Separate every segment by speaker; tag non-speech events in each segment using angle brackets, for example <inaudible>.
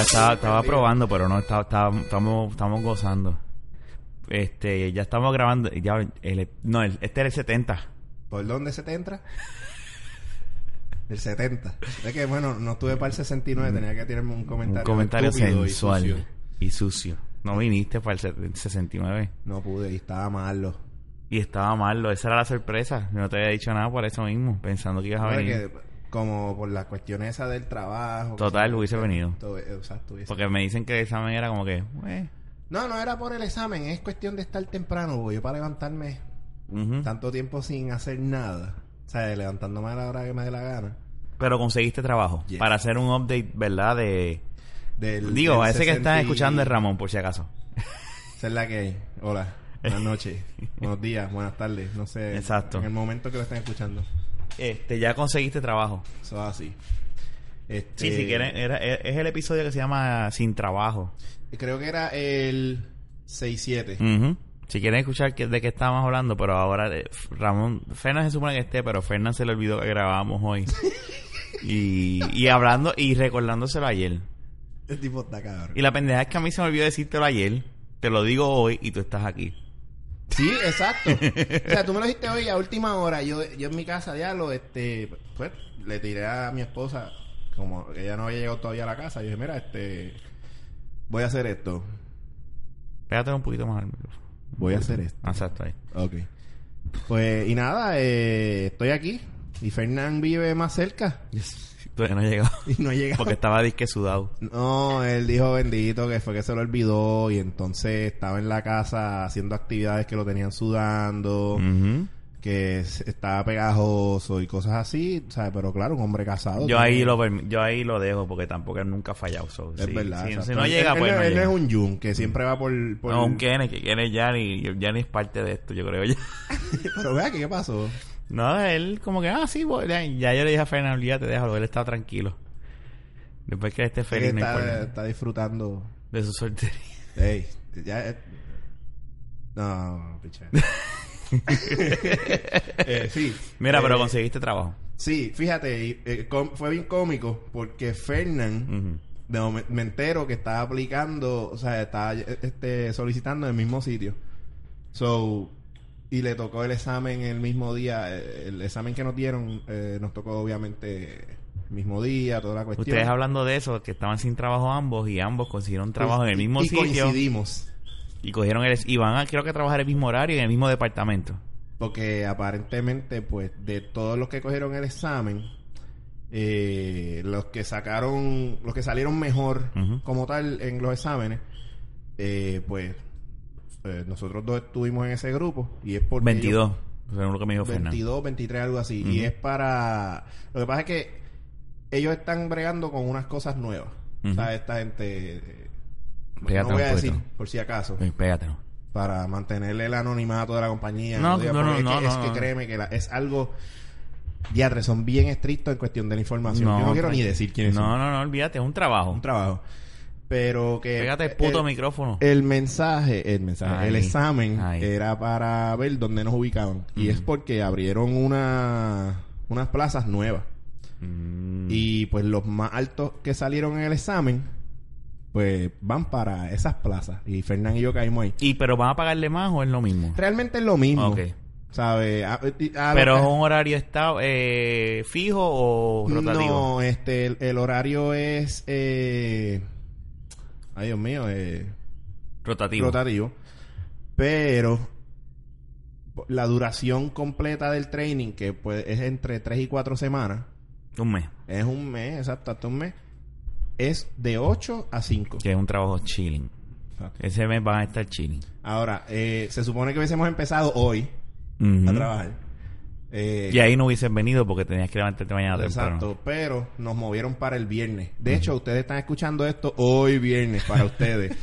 Speaker 1: estaba, estaba probando, pero no, está- está- estamos, estamos gozando. Este, ya estamos grabando. Ya, el- no, el- este era el 70.
Speaker 2: ¿Por dónde se te entra? Del 70. Es que, bueno, no estuve para el 69, tenía que tirarme un
Speaker 1: Mm. Un
Speaker 2: comentario.
Speaker 1: comentario
Speaker 2: estúpido y
Speaker 1: sensual y
Speaker 2: sucio.
Speaker 1: sucio. No viniste para el se- 69.
Speaker 2: No pude, y estaba malo.
Speaker 1: Y estaba malo. Esa era la sorpresa. Yo No te había dicho nada por eso mismo. Pensando que ibas a
Speaker 2: Ahora
Speaker 1: venir.
Speaker 2: que, como por las cuestiones esas del trabajo.
Speaker 1: Total, hubiese venido.
Speaker 2: Todo- eh, o sea, estuviese-
Speaker 1: Porque me dicen que el examen era como que... eh,
Speaker 2: No, no era por el examen, es cuestión de estar temprano, porque yo para levantarme
Speaker 1: ujú.
Speaker 2: tanto tiempo sin hacer nada, o sea, levantándome a la hora que me dé la gana.
Speaker 1: Pero conseguiste trabajo.
Speaker 2: Yes.
Speaker 1: Para hacer un update, ¿verdad? De...
Speaker 2: Del,
Speaker 1: Digo,
Speaker 2: del
Speaker 1: a ese que
Speaker 2: 60
Speaker 1: están
Speaker 2: y-
Speaker 1: escuchando es Ramón, por si acaso.
Speaker 2: Esa es la que hay. Hola,
Speaker 1: <laughs>
Speaker 2: buenas noches, buenos días, buenas tardes, no sé.
Speaker 1: Exacto.
Speaker 2: En el momento que lo estén escuchando,
Speaker 1: Este, ya conseguiste trabajo.
Speaker 2: eso es así. Este,
Speaker 1: Sí, si quieren, era- e- es el episodio que se llama Sin Trabajo.
Speaker 2: Creo que era el 6-7.
Speaker 1: Ujú. Si quieren escuchar que- de qué estábamos hablando, pero ahora eh, F- Ramón, Fernan se supone que esté, pero Fernan se le olvidó que grabábamos <laughs> hoy. y, y hablando y recordándoselo ayer.
Speaker 2: El tipo está cabrón.
Speaker 1: Y la pendeja es que a mí se me olvidó decírtelo ayer, te lo digo hoy y tú estás aquí.
Speaker 2: Sí, exacto. o sea, tú me lo dijiste hoy a última hora. Yo, yo en mi casa, diablo, este, pues, le tiré a mi esposa, como ella no había llegado todavía a la casa, yo dije, mira, este, voy a hacer esto.
Speaker 1: Pégate un poquito más al micrófono.
Speaker 2: Voy a hacer esto.
Speaker 1: Ah, Exacto, ahí.
Speaker 2: Ok. Pues, y nada, eh, estoy aquí. Y Fernán vive más cerca. <laughs>
Speaker 1: Todavía no he <laughs> llegado.
Speaker 2: Y no ha llegado.
Speaker 1: Porque estaba disque sudado.
Speaker 2: No, él dijo bendito que fue que se lo olvidó y entonces estaba en la casa haciendo actividades que lo tenían sudando.
Speaker 1: Ujú.
Speaker 2: que es- estaba pegajoso y cosas así, ¿sabes? Pero claro, un hombre casado.
Speaker 1: Yo ahí
Speaker 2: también.
Speaker 1: lo permi- yo ahí lo dejo porque tampoco él nunca ha fallado. so,
Speaker 2: Es
Speaker 1: sí,
Speaker 2: verdad.
Speaker 1: sí, si
Speaker 2: exacto.
Speaker 1: no
Speaker 2: Él-
Speaker 1: llega,
Speaker 2: él,
Speaker 1: pues
Speaker 2: él,
Speaker 1: no
Speaker 2: él
Speaker 1: llega.
Speaker 2: es un yun que siempre va por... por
Speaker 1: No, un Kenneth, que Kenneth ya ni, ya ni es parte de esto, yo creo. ya.
Speaker 2: <laughs>
Speaker 1: <laughs>
Speaker 2: Pero vea que qué pasó.
Speaker 1: No, él como que, ah, sí, voy. ya, ya yo le dije a Fernan, olvídate, déjalo, él está tranquilo. Después que esté
Speaker 2: Él
Speaker 1: feliz, no
Speaker 2: está,
Speaker 1: importa.
Speaker 2: está disfrutando.
Speaker 1: De su soltería. <laughs>
Speaker 2: Ey, ya... eh, No,
Speaker 1: <laughs>
Speaker 2: picha. <laughs> Eh, sí.
Speaker 1: Mira, pero
Speaker 2: Eh,
Speaker 1: conseguiste trabajo.
Speaker 2: Sí, fíjate, y, eh, com- fue bien cómico porque Fernán...
Speaker 1: Ujú.
Speaker 2: De momento me entero que estaba aplicando, o sea, estaba eh, este, solicitando en el mismo sitio. So, y le tocó el examen el mismo día. eh, El examen que nos dieron eh, nos tocó, obviamente, el mismo día, toda la cuestión.
Speaker 1: Ustedes hablando de eso, que estaban sin trabajo ambos y ambos consiguieron trabajo en el
Speaker 2: Y-
Speaker 1: mismo
Speaker 2: y
Speaker 1: sitio
Speaker 2: coincidimos.
Speaker 1: y cogieron el... Y van a, creo que, trabajar el mismo horario y en el mismo departamento.
Speaker 2: Porque aparentemente, pues, de todos los que cogieron el examen, eh, los que sacaron, los que salieron mejor
Speaker 1: Ujú.
Speaker 2: como tal en los exámenes, eh, pues, eh, nosotros dos estuvimos en ese grupo y es por
Speaker 1: 22. Eso es lo que me dijo Fernan.
Speaker 2: 22, 23, algo así. Y
Speaker 1: Ujú.
Speaker 2: es para... Lo que pasa es que ellos están bregando con unas cosas nuevas.
Speaker 1: Ujú.
Speaker 2: O sea, esta gente... eh,
Speaker 1: Pégate
Speaker 2: no voy
Speaker 1: un
Speaker 2: a decir,
Speaker 1: poquito.
Speaker 2: por si acaso
Speaker 1: Ey, pégatelo.
Speaker 2: para mantenerle el anonimato de la compañía.
Speaker 1: No,
Speaker 2: Digo,
Speaker 1: no, no,
Speaker 2: porque es que,
Speaker 1: no,
Speaker 2: es
Speaker 1: no,
Speaker 2: que
Speaker 1: no.
Speaker 2: créeme que la- es algo. Diatre, son bien estrictos en cuestión de la información. Yo no quiero ni
Speaker 1: tranqui-
Speaker 2: decir quiénes
Speaker 1: No,
Speaker 2: son.
Speaker 1: no, no, olvídate, es un trabajo.
Speaker 2: Un eh, trabajo. Pero que.
Speaker 1: Pégate el puto
Speaker 2: el,
Speaker 1: micrófono.
Speaker 2: el mensaje, el mensaje,
Speaker 1: Ay,
Speaker 2: el examen
Speaker 1: ay.
Speaker 2: era para ver dónde nos ubicaban. Y
Speaker 1: Ujú.
Speaker 2: es porque abrieron una, unas plazas nuevas.
Speaker 1: Mm.
Speaker 2: Y pues los más altos que salieron en el examen, pues van para esas plazas. Y Fernán y yo caímos ahí.
Speaker 1: ¿Y pero van a pagarle más o es lo mismo?
Speaker 2: Realmente es lo mismo.
Speaker 1: Ok.
Speaker 2: ¿Sabe? A- a- a-
Speaker 1: ¿Pero es un horario está, eh, fijo o rotativo?
Speaker 2: No, este, el, el horario es. eh, ay, Dios mío, eh,
Speaker 1: Rotativo.
Speaker 2: rotativo. Pero la duración completa del training, que pues, es entre 3 y 4 semanas,
Speaker 1: Un mes.
Speaker 2: es un mes, exacto, hasta un mes, es de 8 a 5.
Speaker 1: Que es un trabajo chilling.
Speaker 2: Exacto.
Speaker 1: Ese mes van a estar chilling.
Speaker 2: Ahora, eh, se supone que hubiésemos empezado hoy
Speaker 1: Ujú.
Speaker 2: a trabajar. Eh,
Speaker 1: Y ahí no hubiesen venido porque tenías que levantarte mañana temprano.
Speaker 2: Exacto, pero nos movieron para el viernes. De hecho, ustedes están escuchando esto hoy viernes
Speaker 1: <laughs>
Speaker 2: para ustedes.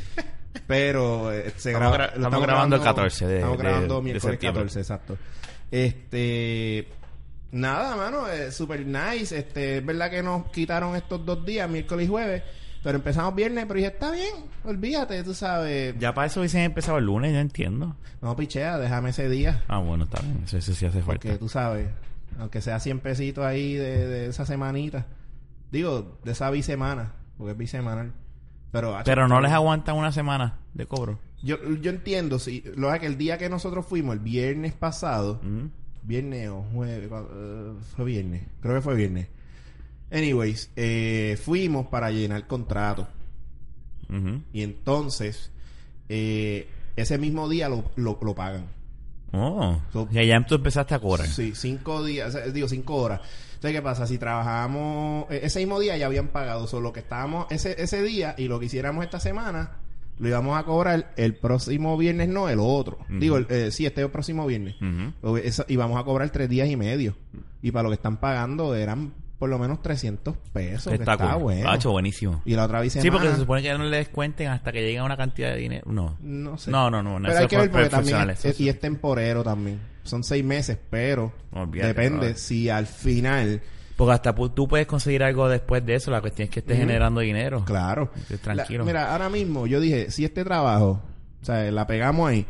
Speaker 2: pero eh, se
Speaker 1: Estamos
Speaker 2: graba-
Speaker 1: gra-
Speaker 2: lo
Speaker 1: estamos grabando el 14 de-
Speaker 2: Estamos
Speaker 1: de-
Speaker 2: grabando
Speaker 1: de
Speaker 2: miércoles
Speaker 1: septiembre.
Speaker 2: 14, exacto. Este nada, mano, eh, super nice. Este, es verdad que nos quitaron estos dos días, miércoles y jueves, pero empezamos viernes, pero dije, está bien, olvídate, tú sabes.
Speaker 1: Ya para eso hubiesen empezado el lunes, yo entiendo.
Speaker 2: No pichea, déjame ese día.
Speaker 1: Ah, bueno, está bien. Eso, eso sí hace falta.
Speaker 2: Porque tú sabes, aunque sea 100 pesitos ahí de, de esa semanita, digo, de esa bisemana, porque es bisemanal, Pero, ah,
Speaker 1: Pero no les aguantan una semana de cobro.
Speaker 2: yo, yo entiendo, sí. Lo que el día que nosotros fuimos, el viernes pasado,
Speaker 1: Mm.
Speaker 2: viernes o jueves, cua- eh, fue viernes, creo que fue viernes. Anyways, eh, fuimos para llenar contrato.
Speaker 1: Ujú.
Speaker 2: Y entonces, eh, ese mismo día lo, lo, lo pagan.
Speaker 1: Oh.
Speaker 2: So-
Speaker 1: y allá tú empezaste a cobrar.
Speaker 2: Sí, cinco días, o sea, digo, cinco horas. Entonces, ¿qué pasa? Si trabajamos, eh, ese mismo día ya habían pagado, solo que estábamos ese, ese día y lo que hiciéramos esta semana, lo íbamos a cobrar el próximo viernes, no, el otro.
Speaker 1: Ujú.
Speaker 2: Digo, el, eh, sí, este próximo viernes.
Speaker 1: Ujú.
Speaker 2: O esa- Y vamos a cobrar tres días y medio. Y para lo que están pagando eran por lo menos 300 pesos. que
Speaker 1: Está
Speaker 2: está
Speaker 1: cool.
Speaker 2: bueno.
Speaker 1: Hacho, buenísimo.
Speaker 2: Y la otra vez
Speaker 1: Sí, porque se supone que no le descuenten hasta que llegue a una cantidad de dinero. No.
Speaker 2: No sé.
Speaker 1: No, no, no, no,
Speaker 2: Pero
Speaker 1: eso
Speaker 2: hay
Speaker 1: es
Speaker 2: que ver
Speaker 1: por-
Speaker 2: porque también...
Speaker 1: profesionales,
Speaker 2: es-
Speaker 1: eso
Speaker 2: y es temporero también. Son seis meses, pero...
Speaker 1: Olvídate,
Speaker 2: depende
Speaker 1: brother.
Speaker 2: si al final...
Speaker 1: Porque hasta pu- tú puedes conseguir algo después de eso. La cuestión es que estés
Speaker 2: Ujú.
Speaker 1: generando dinero.
Speaker 2: Claro.
Speaker 1: Estés tranquilo.
Speaker 2: La- mira, ahora mismo yo dije, si este trabajo, o sea, la pegamos ahí,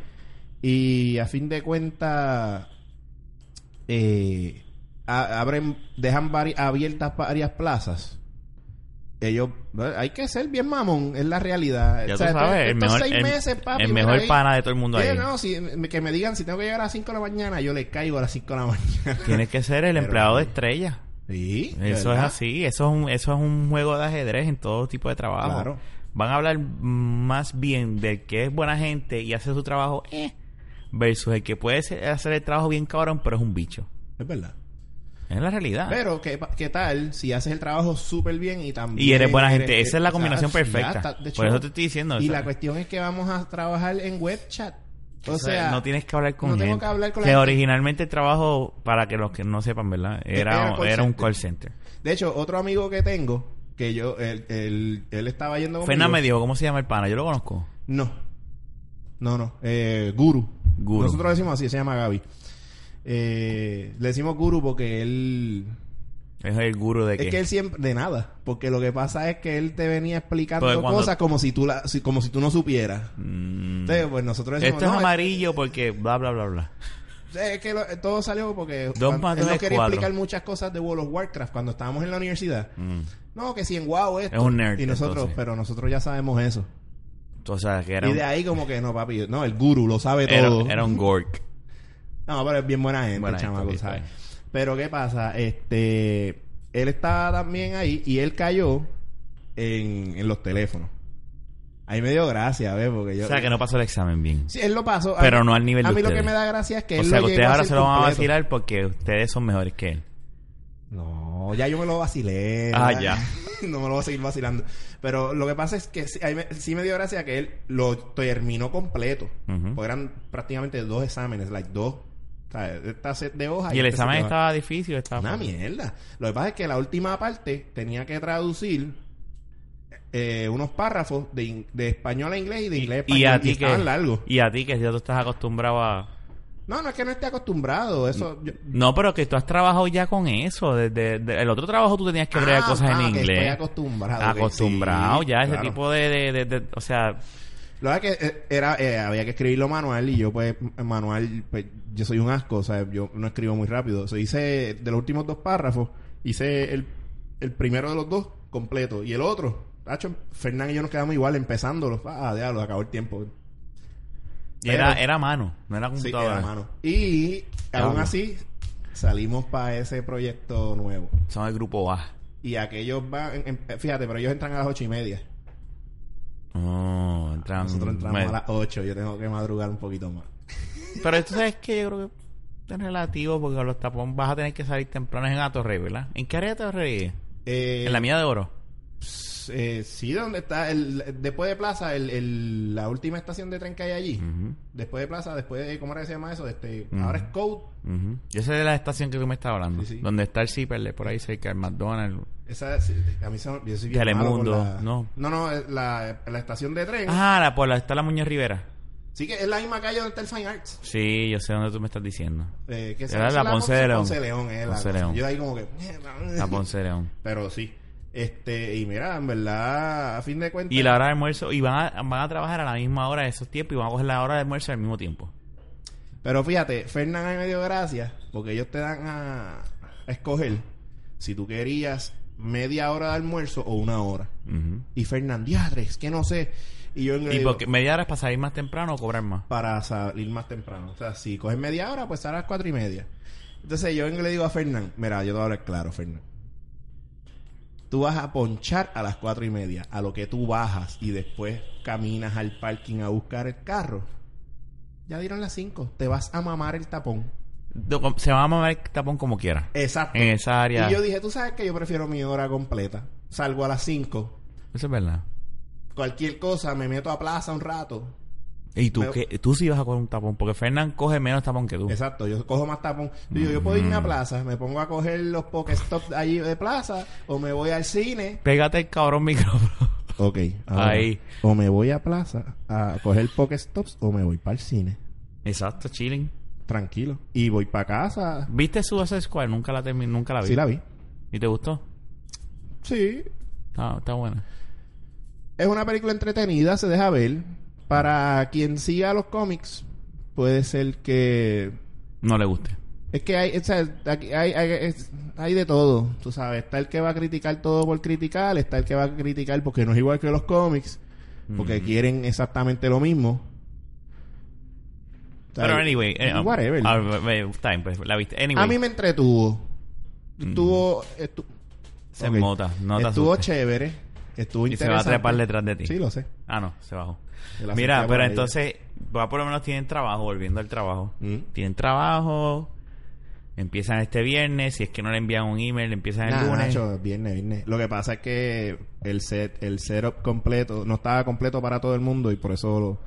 Speaker 2: y a fin de cuentas, eh, a- abren, dejan vari- abiertas varias plazas. Ellos, eh, hay que ser bien mamón, es la realidad.
Speaker 1: Ya
Speaker 2: O sea,
Speaker 1: tú
Speaker 2: este,
Speaker 1: sabes,
Speaker 2: estos-
Speaker 1: el
Speaker 2: estos
Speaker 1: mejor,
Speaker 2: seis
Speaker 1: el-
Speaker 2: meses, papi,
Speaker 1: el
Speaker 2: mira
Speaker 1: mejor
Speaker 2: ahí.
Speaker 1: pana de todo el mundo
Speaker 2: Sí,
Speaker 1: ahí.
Speaker 2: no, si, me- que me digan si tengo que llegar a las 5 de la mañana, yo les caigo a las 5 de la mañana.
Speaker 1: Tienes que ser el
Speaker 2: Pero-
Speaker 1: empleado de estrella.
Speaker 2: Sí, de
Speaker 1: Eso es
Speaker 2: verdad.
Speaker 1: así, eso es, un, eso es un juego de ajedrez en todo tipo de trabajo.
Speaker 2: Claro.
Speaker 1: Van a hablar más bien del que es buena gente y hace su trabajo eh, versus el que puede ser- hacer el trabajo bien cabrón pero es un bicho.
Speaker 2: Es verdad.
Speaker 1: Es la realidad.
Speaker 2: Pero, ¿qué, pa- qué tal si haces el trabajo súper bien y también...
Speaker 1: y eres buena gente, esa es la combinación
Speaker 2: o sea, ya
Speaker 1: perfecta.
Speaker 2: está, de
Speaker 1: Por
Speaker 2: hecho,
Speaker 1: eso te estoy diciendo.
Speaker 2: Y
Speaker 1: o sea,
Speaker 2: la cuestión es que vamos a trabajar en web chat. O
Speaker 1: o sea,
Speaker 2: sea,
Speaker 1: no tienes que hablar con
Speaker 2: no tengo
Speaker 1: gente.
Speaker 2: que hablar con la
Speaker 1: que
Speaker 2: gente.
Speaker 1: originalmente el trabajo, para que los que no sepan, ¿verdad? Era,
Speaker 2: Era call
Speaker 1: era un
Speaker 2: center.
Speaker 1: call center.
Speaker 2: de hecho, otro amigo que tengo, que yo, él, él, él estaba yendo conmigo.
Speaker 1: Fernández me dijo, ¿cómo se llama el pana? Yo lo conozco.
Speaker 2: No. No, no. Eh, guru.
Speaker 1: Guru.
Speaker 2: Nosotros decimos así, se llama Gaby. Eh, le decimos Guru porque él...
Speaker 1: Es el guru de
Speaker 2: Es
Speaker 1: que...
Speaker 2: que él siempre... De nada. Porque lo que pasa es que él te venía explicando
Speaker 1: Porque cuando-
Speaker 2: cosas como si tú la, si- como si tú no supieras.
Speaker 1: Mm.
Speaker 2: Entonces, pues nosotros decimos...
Speaker 1: Esto es
Speaker 2: "No,
Speaker 1: amarillo porque bla, bla, bla, bla.
Speaker 2: Eh, Es que lo- eh, todo salió porque
Speaker 1: Dos
Speaker 2: cuando-
Speaker 1: más
Speaker 2: él
Speaker 1: dos
Speaker 2: nos
Speaker 1: es
Speaker 2: quería
Speaker 1: cuatro.
Speaker 2: explicar muchas cosas de World of Warcraft cuando estábamos en la universidad.
Speaker 1: Mm.
Speaker 2: No, que si en WoW esto.
Speaker 1: Es un nerd,
Speaker 2: Y nosotros,
Speaker 1: entonces.
Speaker 2: pero nosotros ya sabemos eso.
Speaker 1: O sea, que era
Speaker 2: y de
Speaker 1: un,
Speaker 2: ahí como que no, papi, no, el guru lo sabe
Speaker 1: era,
Speaker 2: todo.
Speaker 1: era un gork.
Speaker 2: No, pero es bien buena gente,
Speaker 1: Buena gente,
Speaker 2: chamaco,
Speaker 1: ok,
Speaker 2: ¿sabes?
Speaker 1: está
Speaker 2: Pero ¿qué pasa? Este, él estaba también ahí y él cayó en, en los teléfonos. Ahí me dio gracia, ¿ves? Porque yo...
Speaker 1: O sea, que no pasó el examen bien.
Speaker 2: Sí, él lo pasó. A
Speaker 1: Pero
Speaker 2: mí-
Speaker 1: no al nivel
Speaker 2: A
Speaker 1: de
Speaker 2: mí lo que
Speaker 1: ustedes.
Speaker 2: me da gracia es que
Speaker 1: o
Speaker 2: él
Speaker 1: sea,
Speaker 2: lo
Speaker 1: que
Speaker 2: llegó
Speaker 1: ustedes
Speaker 2: a
Speaker 1: ahora
Speaker 2: hacer
Speaker 1: se lo van a
Speaker 2: completo.
Speaker 1: vacilar porque ustedes son mejores que él.
Speaker 2: No, ya yo me lo vacilé.
Speaker 1: Ah,
Speaker 2: ¿verdad?
Speaker 1: ya.
Speaker 2: <laughs> no me lo voy a seguir vacilando. Pero lo que pasa es que sí, ahí me- sí me dio gracia que él lo terminó completo.
Speaker 1: Ujú.
Speaker 2: Porque eran prácticamente dos exámenes, like dos. O sea, esta set de hojas.
Speaker 1: Y el
Speaker 2: este set
Speaker 1: examen
Speaker 2: de hojas.
Speaker 1: estaba difícil. Estaba
Speaker 2: Una mierda. Lo que pasa es que la última parte tenía que traducir eh, unos párrafos de, in- de español a inglés y de inglés a español.
Speaker 1: Y a ti que...
Speaker 2: estaban largos.
Speaker 1: Y a ti que ya tú estás acostumbrado a...
Speaker 2: No, no es que no esté acostumbrado. Eso. yo-
Speaker 1: No, pero que tú has trabajado ya con eso. Desde, de- el otro trabajo tú tenías que bregar
Speaker 2: Ah,
Speaker 1: cosas
Speaker 2: ah,
Speaker 1: en
Speaker 2: que Estoy
Speaker 1: inglés.
Speaker 2: acostumbrado. ok,
Speaker 1: Acostumbrado
Speaker 2: sí,
Speaker 1: ya a ese
Speaker 2: claro.
Speaker 1: tipo de, de- de- de- O sea,
Speaker 2: Lo verdad que eh, era, eh, había que escribirlo manual y yo pues m- manual, pues yo soy un asco, o sea, yo no escribo muy rápido. O sea, hice de los últimos dos párrafos, hice el, el primero de los dos completo y el otro, Hacho, Fernán y yo nos quedamos igual empezándolo. Ah, diablo, acabó el tiempo.
Speaker 1: era,
Speaker 2: Pero-
Speaker 1: era a mano. No era
Speaker 2: Sí,
Speaker 1: computadora.
Speaker 2: era mano. Y aún
Speaker 1: Diablo.
Speaker 2: así salimos para ese proyecto nuevo.
Speaker 1: Son el grupo A.
Speaker 2: Y aquellos van, en- en- fíjate, pero ellos entran a las ocho y media.
Speaker 1: Oh, entran-
Speaker 2: Nosotros entramos
Speaker 1: bueno.
Speaker 2: a las ocho, yo tengo que madrugar un poquito más.
Speaker 1: Pero esto sabes que yo creo que es relativo porque con los tapones vas a tener que salir temprano en Atorrey, ¿verdad? ¿En qué área de Atorrey?
Speaker 2: Eh,
Speaker 1: En la mía de oro.
Speaker 2: Eh, sí, donde está el, después de Plaza, el, el- la última estación de tren que hay allí. Después de Plaza, después de, ¿cómo era que se llama eso? Este,
Speaker 1: Ujú.
Speaker 2: Ahora es Code.
Speaker 1: Ujú. Yo sé de la estación que tú me estás hablando.
Speaker 2: Sí, sí.
Speaker 1: Donde está el Zipperle, por ahí cerca, el McDonald's.
Speaker 2: Esa, sí, a mí se me- yo soy bien
Speaker 1: Telemundo,
Speaker 2: malo con la-
Speaker 1: no.
Speaker 2: no, no, es la, la estación de tren.
Speaker 1: Ah, la, por la está la Muñoz Rivera.
Speaker 2: Sí que es la misma calle donde está el Fine Arts.
Speaker 1: Sí, yo sé dónde tú me estás diciendo.
Speaker 2: Eh, que
Speaker 1: Era
Speaker 2: es
Speaker 1: la Ponce de León.
Speaker 2: Ponce León, eh, la
Speaker 1: Ponce
Speaker 2: cosa.
Speaker 1: León.
Speaker 2: Yo ahí como que...
Speaker 1: La Ponce de León.
Speaker 2: <laughs> Pero sí. Este, y mira, en verdad, a fin de cuentas...
Speaker 1: Y la hora de almuerzo, y van a, van a trabajar a la misma hora de esos tiempos y van a coger la hora de almuerzo al mismo tiempo.
Speaker 2: Pero fíjate, Fernán a mí me dio gracia porque ellos te dan a, a escoger si tú querías media hora de almuerzo o una hora.
Speaker 1: Ujú.
Speaker 2: Y Fernandiadres, que no sé. Y yo en
Speaker 1: ¿Y porque media hora es para salir más temprano o cobrar más?
Speaker 2: para salir más temprano. O sea, si coges media hora, pues sale a las cuatro y media. Entonces yo vengo y le digo a Fernán, mira, yo te voy a hablar claro, Fernán. Tú vas a ponchar a las cuatro y media, a lo que tú bajas y después caminas al parking a buscar el carro. Ya dieron las cinco, te vas a mamar el tapón.
Speaker 1: Do- com- Se va a mamar el tapón como quiera.
Speaker 2: Exacto.
Speaker 1: En esa área.
Speaker 2: Y yo dije, tú sabes que yo prefiero mi hora completa. Salgo a las cinco,
Speaker 1: Eso es verdad.
Speaker 2: cualquier cosa, me meto a plaza un rato,
Speaker 1: ¿Y tú,
Speaker 2: Me-
Speaker 1: qué? tú sí vas a coger un tapón? Porque Fernán coge menos tapón que tú.
Speaker 2: Exacto, yo cojo más tapón. Yo, digo, yo puedo irme a plaza, me pongo a coger los Pokestops allí de plaza, o me voy al cine.
Speaker 1: Pégate el cabrón micrófono.
Speaker 2: Ok,
Speaker 1: ahora, Ahí.
Speaker 2: O me voy a plaza a coger Pokestops, o me voy para el cine.
Speaker 1: <laughs> Exacto, chilling.
Speaker 2: Tranquilo. Y voy para casa.
Speaker 1: ¿Viste Suicide Squad? Nunca la, termi- nunca la vi.
Speaker 2: Sí, la vi.
Speaker 1: ¿Y te gustó?
Speaker 2: Sí.
Speaker 1: Está, está buena.
Speaker 2: Es una película entretenida, se deja ver. Para quien siga los cómics, puede ser que
Speaker 1: No le guste.
Speaker 2: Es que hay, o sea, aquí hay, hay, es- hay de todo, tú sabes. Está el que va a criticar todo por criticar, está el que va a criticar porque no es igual que los cómics, porque quieren exactamente lo mismo. O sea,
Speaker 1: Pero anyway, eh, um,
Speaker 2: whatever.
Speaker 1: ah, eh, eh, está bien, pues, la viste. Anyway,
Speaker 2: A mí me entretuvo. Estuvo. estu-
Speaker 1: se
Speaker 2: Ok.
Speaker 1: nota, no te
Speaker 2: Estuvo
Speaker 1: asustes.
Speaker 2: chévere. Estuvo
Speaker 1: Y se va a
Speaker 2: interesante.
Speaker 1: trepar detrás de ti.
Speaker 2: Sí, lo sé.
Speaker 1: Ah, no, se bajó.
Speaker 2: Yo la sentía
Speaker 1: Mira,
Speaker 2: por
Speaker 1: pero
Speaker 2: ahí.
Speaker 1: entonces, va por lo menos tienen trabajo, volviendo al trabajo.
Speaker 2: Mm.
Speaker 1: Tienen trabajo, empiezan este viernes, si es que no le envían un email, empiezan el
Speaker 2: Nah,
Speaker 1: lunes.
Speaker 2: Nacho, viernes, viernes. Lo que pasa es que el set, el setup completo, no estaba completo para todo el mundo y por eso lo,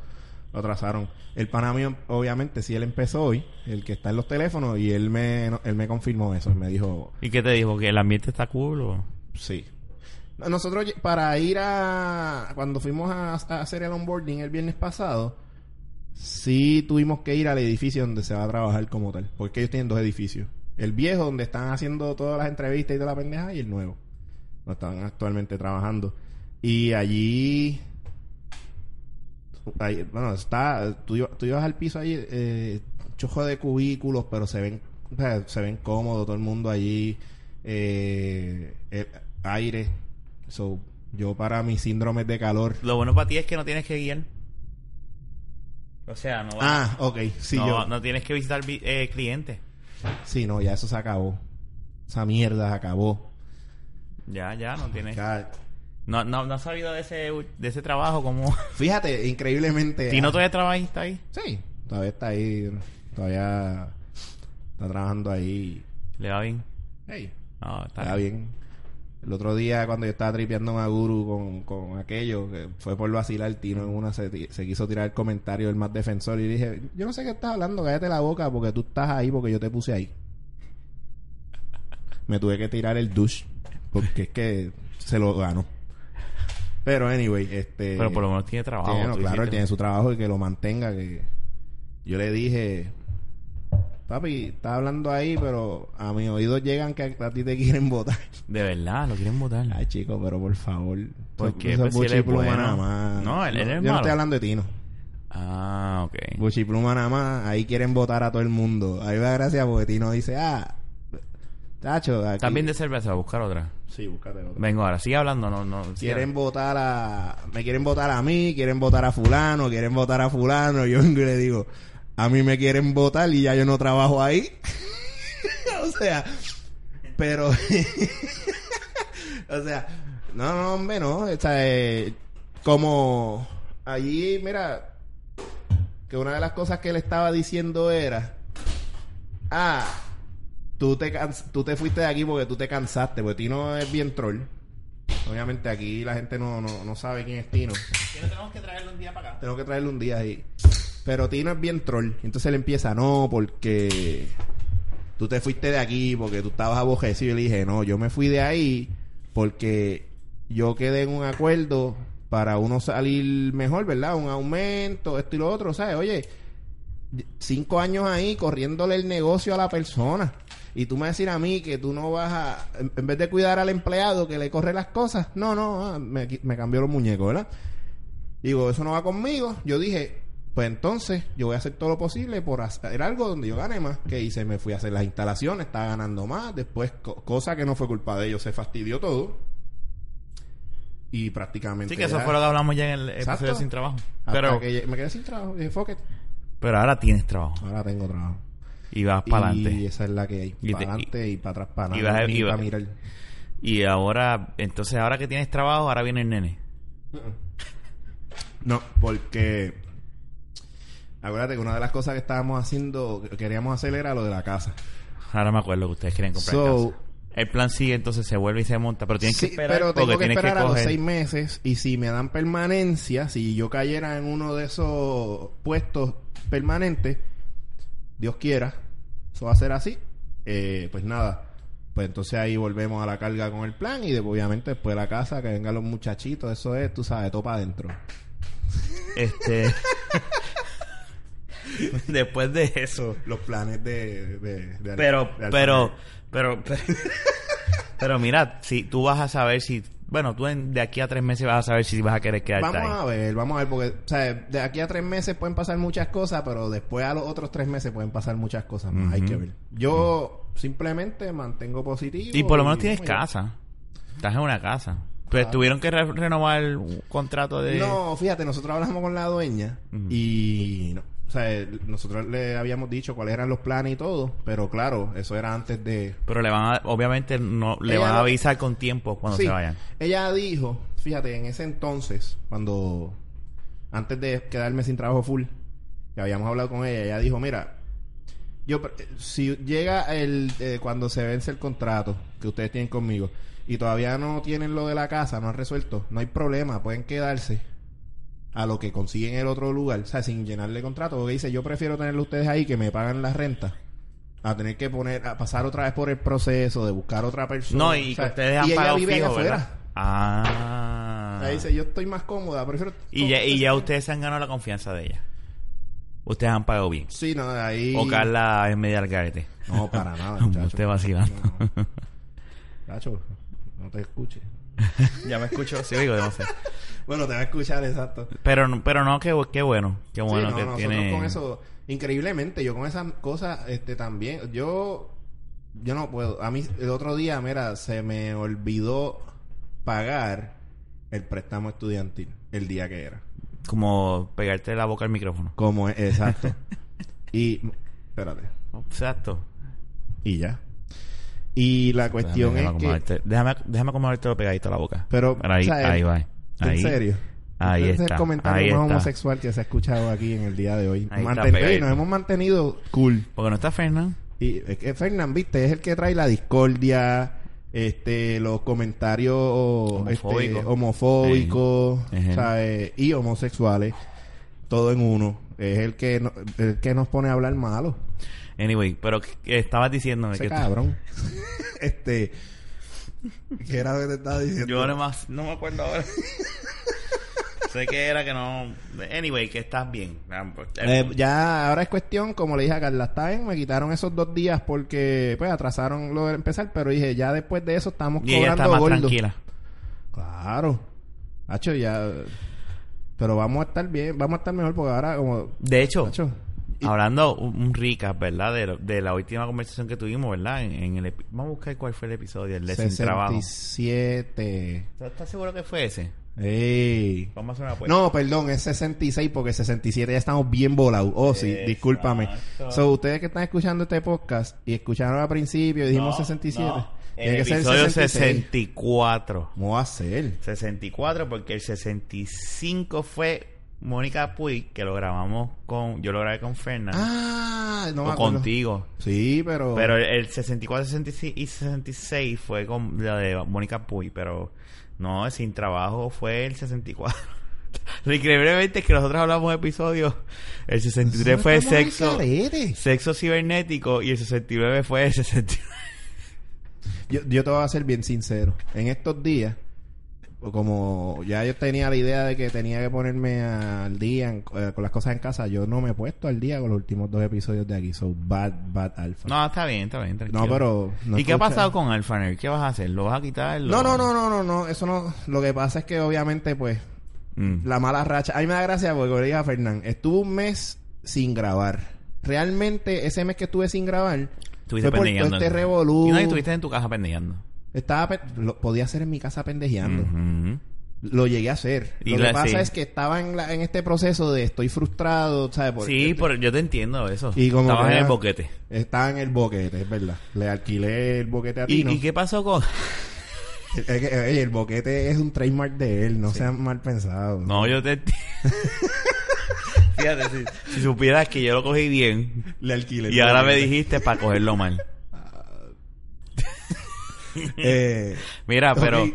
Speaker 2: lo atrasaron. El pana mío, obviamente, si él empezó hoy, el que está en los teléfonos, y él me, no, él me confirmó eso. Él me dijo,
Speaker 1: ¿Y qué te dijo? ¿Que el ambiente está cool o...?
Speaker 2: sí. No, Nosotros, lle- para ir a. Cuando fuimos a, a hacer el onboarding el viernes pasado, sí tuvimos que ir al edificio donde se va a trabajar como tal. Porque ellos tienen dos edificios: el viejo, donde están haciendo todas las entrevistas y toda la pendeja, y el nuevo, donde están actualmente trabajando. Y allí. ahí- bueno, está. Tú, iba- tú ibas al piso allí, eh, chojo de cubículos, pero se ven, o sea, se ven cómodos todo el mundo allí. eh, eh, aire. So, yo para mis síndromes de calor.
Speaker 1: Lo bueno para ti es que no tienes que guiar. O sea, no, vas-
Speaker 2: Ah, ok. Sí,
Speaker 1: no,
Speaker 2: yo.
Speaker 1: no tienes que visitar vi- eh, clientes.
Speaker 2: Sí, no, ya eso se acabó. Esa mierda se acabó.
Speaker 1: Ya, ya, no tienes...
Speaker 2: Ah, Ya.
Speaker 1: No, no, no has sabido de ese, de ese trabajo
Speaker 2: <laughs>
Speaker 1: como...
Speaker 2: Fíjate, increíblemente. ah,
Speaker 1: ¿Tino todavía trabajista ahí?
Speaker 2: Sí, todavía está ahí. Todavía está trabajando ahí.
Speaker 1: ¿Le va bien?
Speaker 2: Hey,
Speaker 1: No, está,
Speaker 2: está
Speaker 1: bien.
Speaker 2: bien. El otro día, cuando yo estaba tripeando a Guru con, con aquello, que fue por vacilar, Tino en una se, ti- se quiso tirar el comentario del más defensor y dije: Yo no sé qué estás hablando, cállate la boca porque tú estás ahí porque yo te puse ahí. Me tuve que tirar el douche porque es que se lo ganó. Pero, anyway, este.
Speaker 1: Pero por lo menos tiene trabajo.
Speaker 2: Tiene, no,
Speaker 1: tú
Speaker 2: claro, él
Speaker 1: dijiste.
Speaker 2: tiene su trabajo y que lo mantenga. Que yo le dije, papi, estás hablando ahí, pero a mis oídos llegan que a, a ti te quieren votar. <laughs>
Speaker 1: De verdad, lo quieren votar.
Speaker 2: Ay, chico, pero por favor.
Speaker 1: ¿Por
Speaker 2: Eso-
Speaker 1: qué?
Speaker 2: eso
Speaker 1: Pues si él
Speaker 2: buchi
Speaker 1: es
Speaker 2: pluma
Speaker 1: bueno.
Speaker 2: nada más.
Speaker 1: No, él- él es
Speaker 2: yo
Speaker 1: malo.
Speaker 2: no estoy hablando de Tino.
Speaker 1: Ah, ok.
Speaker 2: Buchipluma nada más, ahí quieren votar a todo el mundo. Ahí va gracia porque Tino dice, ah, tacho, aquí...
Speaker 1: También de cerveza, buscar otra.
Speaker 2: Sí, búscate otro.
Speaker 1: Vengo ahora, sigue hablando, no, no. sigue
Speaker 2: Quieren votar a... Me quieren votar a mí, quieren votar a fulano, quieren votar a fulano. Yo vengo y le digo, a mí me quieren votar y ya yo no trabajo ahí. <laughs> o sea, pero... <laughs> o sea, no, no, hombre, no. O sea, eh, como allí, mira, que una de las cosas que él estaba diciendo era, ah, tú te, cans- tú te fuiste de aquí porque tú te cansaste, porque Tino es bien troll. Obviamente aquí la gente no, no, no sabe quién es Tino.
Speaker 1: Que no tenemos que traerlo un día para acá.
Speaker 2: Tengo que traerle un día ahí. Pero Tino es bien troll. Entonces él empieza, no, porque tú te fuiste de aquí, porque tú estabas abojecido. Y le dije, no, yo me fui de ahí porque yo quedé en un acuerdo para uno salir mejor, ¿verdad? Un aumento, esto y lo otro, ¿sabes? Oye, cinco años ahí corriéndole el negocio a la persona. Y tú me vas a decir a mí que tú no vas a... En en vez de cuidar al empleado que le corre las cosas. No, no, ah, me, qui- me cambió los muñecos, ¿verdad? Digo, eso no va conmigo. Yo dije, Pues entonces yo voy a hacer todo lo posible por hacer algo donde yo gane más. Que hice, me fui a hacer las instalaciones, estaba ganando más. Después, co- cosa que no fue culpa de ellos, se fastidió todo. Y prácticamente.
Speaker 1: Sí, que eso
Speaker 2: ya-
Speaker 1: fue lo que hablamos ya en el episodio
Speaker 2: Exacto.
Speaker 1: sin trabajo.
Speaker 2: hasta
Speaker 1: Pero,
Speaker 2: que me quedé sin trabajo. Dije, fuck it.
Speaker 1: pero ahora tienes trabajo
Speaker 2: Ahora tengo trabajo.
Speaker 1: y vas para
Speaker 2: Y
Speaker 1: adelante.
Speaker 2: esa es la que hay.
Speaker 1: Y te-
Speaker 2: Para adelante y para atrás, para
Speaker 1: y
Speaker 2: nada,
Speaker 1: vas a-
Speaker 2: ni
Speaker 1: y
Speaker 2: pa'
Speaker 1: vas-
Speaker 2: mirar.
Speaker 1: Y ahora, entonces ahora que tienes trabajo, ahora viene el nene.
Speaker 2: No, porque acuérdate que una de las cosas que estábamos haciendo, que queríamos hacer era lo de la casa.
Speaker 1: Ahora me acuerdo que ustedes quieren comprar
Speaker 2: So-
Speaker 1: casa. El plan sigue, entonces se vuelve y se monta, pero tienes
Speaker 2: Sí,
Speaker 1: que esperar
Speaker 2: pero
Speaker 1: porque
Speaker 2: tengo que
Speaker 1: tienes
Speaker 2: esperar
Speaker 1: que
Speaker 2: a los
Speaker 1: coger.
Speaker 2: seis meses y si me dan permanencia, si yo cayera en uno de esos puestos permanentes, Dios quiera, eso va a ser así, eh, pues nada. Pues entonces ahí volvemos a la carga con el plan y de- obviamente después la casa, que vengan los muchachitos, eso es, tú sabes, todo para adentro.
Speaker 1: Este.
Speaker 2: <laughs>
Speaker 1: Después de eso.
Speaker 2: Los planes de... de- de-
Speaker 1: Pero,
Speaker 2: de-
Speaker 1: pero, pero, pero, pero mira, si tú vas a saber si, bueno, tú en- de aquí a tres meses vas a saber si vas a querer quedarte
Speaker 2: Vamos
Speaker 1: ahí.
Speaker 2: a ver, vamos a ver, porque o sea, de aquí a tres meses pueden pasar muchas cosas, pero después a los otros tres meses pueden pasar muchas cosas más. Hay
Speaker 1: Ujú.
Speaker 2: que ver. Yo simplemente mantengo positivo. pues,
Speaker 1: Y por lo menos tienes
Speaker 2: vamos allá.
Speaker 1: casa. Estás en una casa. Pues tuvieron que re- renovar el contrato de...
Speaker 2: No, fíjate, nosotros hablamos con la dueña
Speaker 1: eh. Ujú.
Speaker 2: y no. O sea, nosotros le habíamos dicho cuáles eran los planes y todo, pero claro, eso era antes de
Speaker 1: Pero le van a, obviamente no, le
Speaker 2: Ella
Speaker 1: van a
Speaker 2: lo-
Speaker 1: avisar con tiempo cuando
Speaker 2: Sí.
Speaker 1: se vayan.
Speaker 2: Ella dijo, fíjate, en ese entonces, cuando antes de quedarme sin trabajo full, que habíamos hablado con ella, ella dijo, mira, yo pre- si llega el eh, cuando se vence el contrato que ustedes tienen conmigo y todavía no tienen lo de la casa, no han resuelto, no hay problema, pueden quedarse a lo que consiguen el otro lugar, o sea, sin llenarle contrato, porque dice, yo prefiero tenerlo ustedes ahí que me pagan la renta. A tener que poner, a pasar otra vez por el proceso de buscar otra persona.
Speaker 1: No, y
Speaker 2: o sea,
Speaker 1: que ustedes han
Speaker 2: y ella
Speaker 1: pagado
Speaker 2: vive allá
Speaker 1: fijo,
Speaker 2: afuera.
Speaker 1: ¿verdad? Ah.
Speaker 2: Ahí dice, yo estoy más cómoda, prefiero...
Speaker 1: Y ya, y ya ustedes se han ganado la confianza de ella. Ustedes han pagado bien.
Speaker 2: Sí, no, ahí...
Speaker 1: O Carla es media al garete.
Speaker 2: No, para
Speaker 1: <laughs>
Speaker 2: nada, muchacho.
Speaker 1: Usted vacilando.
Speaker 2: No, <laughs> Muchacho, no te escuche.
Speaker 1: ya me escucho. Sí, digo, no sé.
Speaker 2: Bueno, te va a escuchar, exacto.
Speaker 1: Pero, no- pero no, qué, bu- qué bueno. Qué
Speaker 2: Sí,
Speaker 1: bueno
Speaker 2: no,
Speaker 1: que
Speaker 2: nosotros
Speaker 1: tiene...
Speaker 2: con eso... Increíblemente, yo con esas cosas este, también... Yo... Yo no puedo... A mí el otro día, mira, se me olvidó pagar el préstamo estudiantil el día que era.
Speaker 1: Como pegarte la boca al micrófono.
Speaker 2: Como es,
Speaker 1: <laughs>
Speaker 2: exacto. y... Espérate.
Speaker 1: Exacto.
Speaker 2: Y ya. Y la cuestión
Speaker 1: déjame,
Speaker 2: es que...
Speaker 1: acomodarte- déjame, déjame acomodarte lo pegadito a la boca.
Speaker 2: Pero,
Speaker 1: Pero ahí,
Speaker 2: o sea,
Speaker 1: ahí va.
Speaker 2: ¿En
Speaker 1: Ahí.
Speaker 2: serio?
Speaker 1: Ahí
Speaker 2: Ese Es
Speaker 1: está,
Speaker 2: el comentario
Speaker 1: ahí
Speaker 2: más
Speaker 1: está.
Speaker 2: homosexual que se ha escuchado aquí en el día de hoy.
Speaker 1: Ahí está,
Speaker 2: Manten-
Speaker 1: pega
Speaker 2: Ey,
Speaker 1: ahí.
Speaker 2: nos hemos mantenido cool.
Speaker 1: Porque no está Fernán.
Speaker 2: Y es que Fernán, viste, es el que trae la discordia, este, los comentarios este,
Speaker 1: Homofóbicos.
Speaker 2: homofóbicos,
Speaker 1: Sí. Ejé.
Speaker 2: ¿sabes? y homosexuales, todo en uno. Es el que, no- el que nos pone a hablar malo.
Speaker 1: Anyway, pero que- que estabas diciéndome
Speaker 2: Ese
Speaker 1: que... <laughs>
Speaker 2: cabrón. este, ¿qué era lo que te estaba diciendo?
Speaker 1: Yo ahora más, no me acuerdo
Speaker 2: <laughs>
Speaker 1: ahora. sé que era que no. Anyway, que estás bien.
Speaker 2: Eh, ya ahora es cuestión, como le dije a Carla, está bien, me quitaron esos dos días porque pues atrasaron lo de empezar, pero dije, ya después de eso estamos
Speaker 1: y ella
Speaker 2: cobrando
Speaker 1: está más
Speaker 2: gordo.
Speaker 1: tranquila.
Speaker 2: Claro. Hacho, ya pero vamos a estar bien, vamos a estar mejor porque ahora como
Speaker 1: De hecho,
Speaker 2: Hacho, y-
Speaker 1: hablando un un recap, ¿verdad? De, lo- de la última conversación que tuvimos, ¿verdad? En, en el, epi- vamos a buscar cuál fue el episodio, el de sin trabajo.
Speaker 2: 67.
Speaker 1: ¿Estás seguro que fue ese?
Speaker 2: Ey.
Speaker 1: Vamos a hacer una apuesta.
Speaker 2: No, perdón, es 66 porque 67 ya estamos bien volados. Oh, sí,
Speaker 1: Exacto.
Speaker 2: discúlpame. So, ustedes que están escuchando este podcast y escucharon al principio y dijimos
Speaker 1: No,
Speaker 2: 67.
Speaker 1: no. El
Speaker 2: Tiene que ser
Speaker 1: episodio
Speaker 2: 66.
Speaker 1: 64.
Speaker 2: ¿Cómo va a ser?
Speaker 1: 64 porque el 65 fue Mónica Puig que lo grabamos con yo lo grabé con Fernanda
Speaker 2: Ah, no me
Speaker 1: o
Speaker 2: acuerdo.
Speaker 1: contigo.
Speaker 2: Sí, pero.
Speaker 1: Pero el, el 64, 66 y 66 fue con la de Mónica Puy, pero no, sin trabajo fue el 64. <laughs> Lo Increíblemente es que nosotros hablamos de episodios. El 63 fue
Speaker 2: Estamos en
Speaker 1: sexo,
Speaker 2: carete.
Speaker 1: sexo cibernético y el 69 fue el 69.
Speaker 2: Yo, yo te voy a ser bien sincero. En estos días, como ya yo tenía la idea de que tenía que ponerme al día en- eh, con las cosas en casa, yo no me he puesto al día con los últimos dos episodios de aquí. So bad, bad alfa.
Speaker 1: No, está bien, está bien, tranquilo.
Speaker 2: No, pero. no
Speaker 1: ¿Y qué ha
Speaker 2: escucha-
Speaker 1: pasado con Alphaner? ¿Qué vas a hacer? ¿Lo vas a quitar? ¿Lo-
Speaker 2: No, no, no, no, no, no. Eso no. Lo que pasa es que obviamente, pues,
Speaker 1: Mm.
Speaker 2: La mala racha. A mí me da gracia porque como le dije a Fernán, estuve un mes sin grabar. Realmente, ese mes que estuve sin grabar,
Speaker 1: Estuviste
Speaker 2: fue por
Speaker 1: pendejeando.
Speaker 2: todo este
Speaker 1: en-
Speaker 2: revolú.
Speaker 1: Y no, y estuviste en tu casa pendejeando.
Speaker 2: Estaba pe- lo- podía hacer en mi casa pendejeando.
Speaker 1: Ujú.
Speaker 2: Lo llegué a hacer.
Speaker 1: Y
Speaker 2: lo
Speaker 1: la-
Speaker 2: que pasa
Speaker 1: sí.
Speaker 2: es que estaba en, la- en este proceso de estoy frustrado, ¿sabes? Por-
Speaker 1: Sí, por- yo te entiendo eso.
Speaker 2: Y como
Speaker 1: Estabas
Speaker 2: que
Speaker 1: en el
Speaker 2: era-
Speaker 1: boquete.
Speaker 2: Estaba en el boquete, es verdad. Le alquilé el boquete a
Speaker 1: ¿Y,
Speaker 2: Tino.
Speaker 1: y qué pasó
Speaker 2: <laughs>
Speaker 1: con...?
Speaker 2: Es que, oye, el boquete es un trademark de él, no sean mal pensados.
Speaker 1: No, yo te entiendo. <laughs> Fíjate, si, si supieras que yo lo cogí bien
Speaker 2: Le alquilé.
Speaker 1: y ahora me dijiste para cogerlo mal.
Speaker 2: Eh,
Speaker 1: Mira,
Speaker 2: <laughs>
Speaker 1: pero...
Speaker 2: Ok.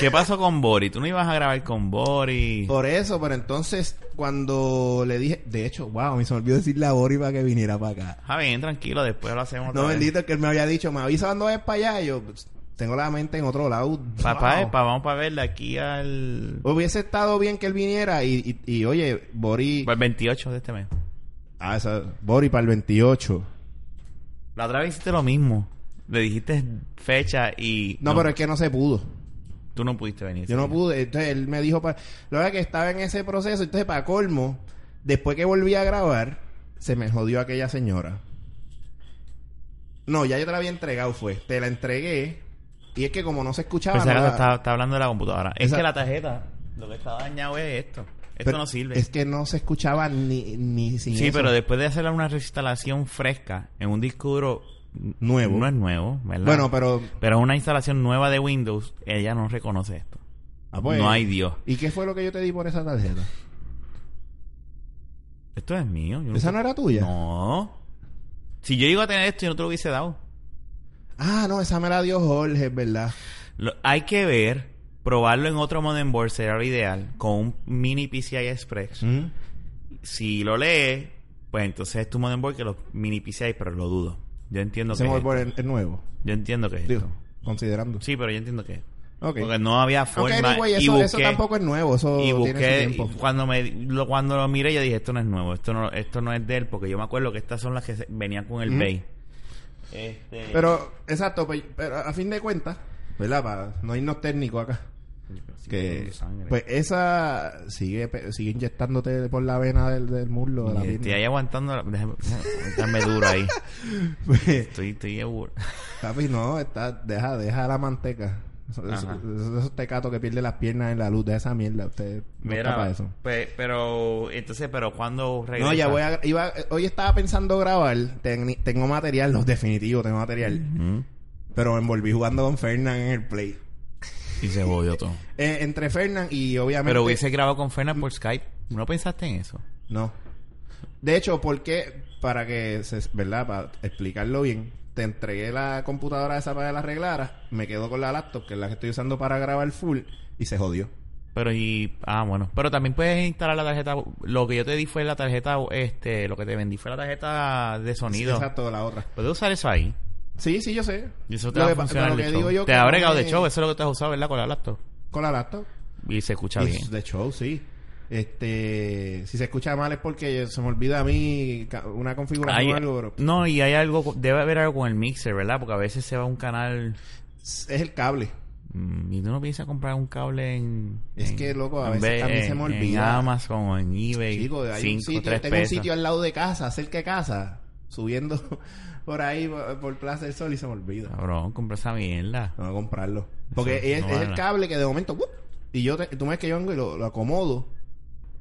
Speaker 1: ¿Qué pasó con Bori? ¿Tú no ibas a grabar con Bori?
Speaker 2: por eso, pero entonces cuando le dije, de hecho, wow, me se me olvidó decirle a Bori para que viniera para acá.
Speaker 1: Ah, bien, tranquilo, después lo hacemos. otra
Speaker 2: No,
Speaker 1: vez.
Speaker 2: bendito, que él me había dicho, me avisa cuando es para allá. y yo pues, tengo la mente en otro lado.
Speaker 1: Papá,
Speaker 2: Wow.
Speaker 1: epa, vamos para ver de aquí al...
Speaker 2: Hubiese estado bien que él viniera y, y, y, oye, Bori.
Speaker 1: para el 28 de este mes.
Speaker 2: Ah, esa, Bori para el 28.
Speaker 1: La otra vez hiciste lo mismo. Le dijiste fecha y...
Speaker 2: No, pero es que no se pudo.
Speaker 1: Tú no pudiste venir.
Speaker 2: Yo no
Speaker 1: sí.
Speaker 2: pude. Entonces él me dijo, para... la verdad que estaba en ese proceso. Entonces, para colmo, después que volví a grabar, se me jodió aquella señora. No, ya yo te la había entregado, fue. Te la entregué. Y es que como no se escuchaba.
Speaker 1: Pensaba
Speaker 2: no
Speaker 1: que
Speaker 2: la-
Speaker 1: está, está hablando de la computadora. Es
Speaker 2: Esa-
Speaker 1: que la tarjeta, lo que está dañado es esto. Esto
Speaker 2: pero
Speaker 1: no sirve.
Speaker 2: Es que no se escuchaba ni, ni sin
Speaker 1: sí,
Speaker 2: eso.
Speaker 1: pero después de hacer una reinstalación fresca en un disco duro
Speaker 2: Nuevo.
Speaker 1: no es nuevo, ¿verdad?
Speaker 2: Bueno, pero.
Speaker 1: pero es una instalación nueva de Windows, ella no reconoce esto.
Speaker 2: ah, pues,
Speaker 1: No hay Dios.
Speaker 2: ¿Y qué fue lo que yo te di por esa tarjeta?
Speaker 1: Esto es mío. yo
Speaker 2: ¿Esa
Speaker 1: sé-
Speaker 2: no era tuya?
Speaker 1: No. Si yo iba a tener esto, yo no te lo hubiese dado.
Speaker 2: Ah, no, esa me la dio Jorge, es verdad.
Speaker 1: Lo- hay que ver, probarlo en otro modem board sería lo ideal, con un mini PCI Express.
Speaker 2: Mm.
Speaker 1: Si lo lees, pues entonces es tu modem board que los mini PCI, pero lo dudo. Yo entiendo
Speaker 2: Ese
Speaker 1: que es
Speaker 2: Mobile World es es nuevo.
Speaker 1: esto. Yo entiendo que es
Speaker 2: Digo,
Speaker 1: esto.
Speaker 2: considerando.
Speaker 1: Sí, pero yo entiendo que es.
Speaker 2: Ok.
Speaker 1: Porque no había forma.
Speaker 2: Ok, anyway,
Speaker 1: y
Speaker 2: eso,
Speaker 1: busqué,
Speaker 2: eso tampoco es nuevo, eso
Speaker 1: y busqué
Speaker 2: tiene su
Speaker 1: y
Speaker 2: tiempo.
Speaker 1: cuando me lo, cuando lo miré yo dije esto no es nuevo, esto no esto no es de él porque yo me acuerdo que estas son las que se- venían con el
Speaker 2: Ujú.
Speaker 1: Bay. Este,
Speaker 2: Pero, exacto, pues, pero a fin de cuentas, ¿verdad? Para no irnos técnicos acá.
Speaker 1: Sí,
Speaker 2: Que,
Speaker 1: sangre.
Speaker 2: pues esa sigue, pe- sigue inyectándote por la vena del, del muslo. de la
Speaker 1: Y estoy
Speaker 2: <laughs> pierna.
Speaker 1: ahí aguantando. la- déjame, déjame duro
Speaker 2: <laughs>
Speaker 1: ahí. Estoy, estoy seguro.
Speaker 2: Pues, Papi, no, está, deja, deja la manteca. Eso- eso-
Speaker 1: Ajá.
Speaker 2: Esos, tecatos que pierden las piernas en la luz, de esa mierda. Usted no está
Speaker 1: Mira,
Speaker 2: para eso.
Speaker 1: pe- pero entonces, pero cuando regresa.
Speaker 2: No, ya voy a... Iba, hoy estaba pensando grabar. teni- tengo material, los definitivos, tengo material.
Speaker 1: Ujú.
Speaker 2: Pero me envolví jugando con Fernan en el play.
Speaker 1: Y se jodió todo.
Speaker 2: Eh, entre Fernan y obviamente...
Speaker 1: Pero hubiese grabado con Fernan por Skype. ¿No pensaste en eso?
Speaker 2: No. De hecho, porque Para que... Se, ¿Verdad? Para explicarlo bien. Te entregué la computadora esa para que la arreglaras. Me quedo con la laptop, que es la que estoy usando para grabar full. Y se jodió.
Speaker 1: Pero y. Ah, bueno. Pero también puedes instalar la tarjeta. Lo que yo te di fue la tarjeta. Este. Lo que te vendí fue la tarjeta de sonido.
Speaker 2: Exacto, la otra.
Speaker 1: Puedes usar eso ahí.
Speaker 2: Sí, sí, yo sé.
Speaker 1: Y eso te
Speaker 2: Lo
Speaker 1: va
Speaker 2: que
Speaker 1: a
Speaker 2: pa-
Speaker 1: funcionar
Speaker 2: pero
Speaker 1: de
Speaker 2: lo que
Speaker 1: show.
Speaker 2: digo yo
Speaker 1: Te
Speaker 2: que
Speaker 1: ha
Speaker 2: no
Speaker 1: bregado de
Speaker 2: es-
Speaker 1: show. Eso es lo que te has usado, ¿verdad? Con la laptop.
Speaker 2: Con la laptop.
Speaker 1: Y se escucha
Speaker 2: Y
Speaker 1: bien.
Speaker 2: De show, sí. Este, si se escucha mal es porque se me olvida a mí ca- una configuración
Speaker 1: Hay-
Speaker 2: o algo, pero
Speaker 1: No, y hay algo, debe haber algo con el mixer, ¿verdad? Porque a veces se va a un canal
Speaker 2: es el cable.
Speaker 1: mm, y tú no piensas comprar un cable en...
Speaker 2: Es
Speaker 1: en-
Speaker 2: que, loco, a
Speaker 1: en
Speaker 2: veces
Speaker 1: vez-
Speaker 2: también se me
Speaker 1: en-
Speaker 2: olvida.
Speaker 1: En Amazon o en eBay.
Speaker 2: Chico, hay un
Speaker 1: cinco,
Speaker 2: sitio,
Speaker 1: tres
Speaker 2: tengo
Speaker 1: pesos.
Speaker 2: un sitio al lado de casa, cerca de casa, subiendo <laughs> por ahí por, por Plaza del Sol y se me olvida.
Speaker 1: Cabrón, compra esa mierda.
Speaker 2: No voy a comprarlo. Porque
Speaker 1: Eso,
Speaker 2: es,
Speaker 1: no
Speaker 2: es el
Speaker 1: vale.
Speaker 2: cable que de momento, ¡wup! y yo te- tú me ves que yo vengo y lo, lo acomodo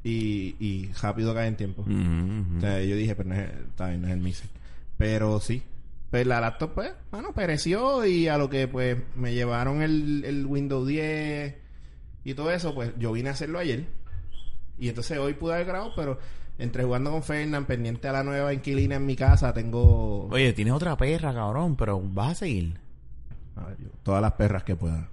Speaker 2: y, y rápido cae en tiempo.
Speaker 1: Mm,
Speaker 2: O
Speaker 1: mm.
Speaker 2: sea, yo dije, pero no es, está bien, no es el mixer. Pero sí. Pues la laptop, pues, bueno, pereció y a lo que, pues, me llevaron el, el Windows 10 y todo eso, pues, yo vine a hacerlo ayer. Y entonces hoy pude haber grabado, pero entre jugando con Fernan, pendiente a la nueva inquilina en mi casa, tengo
Speaker 1: Oye, tienes otra perra, cabrón, pero vas a seguir.
Speaker 2: a ver, yo, todas las perras que pueda.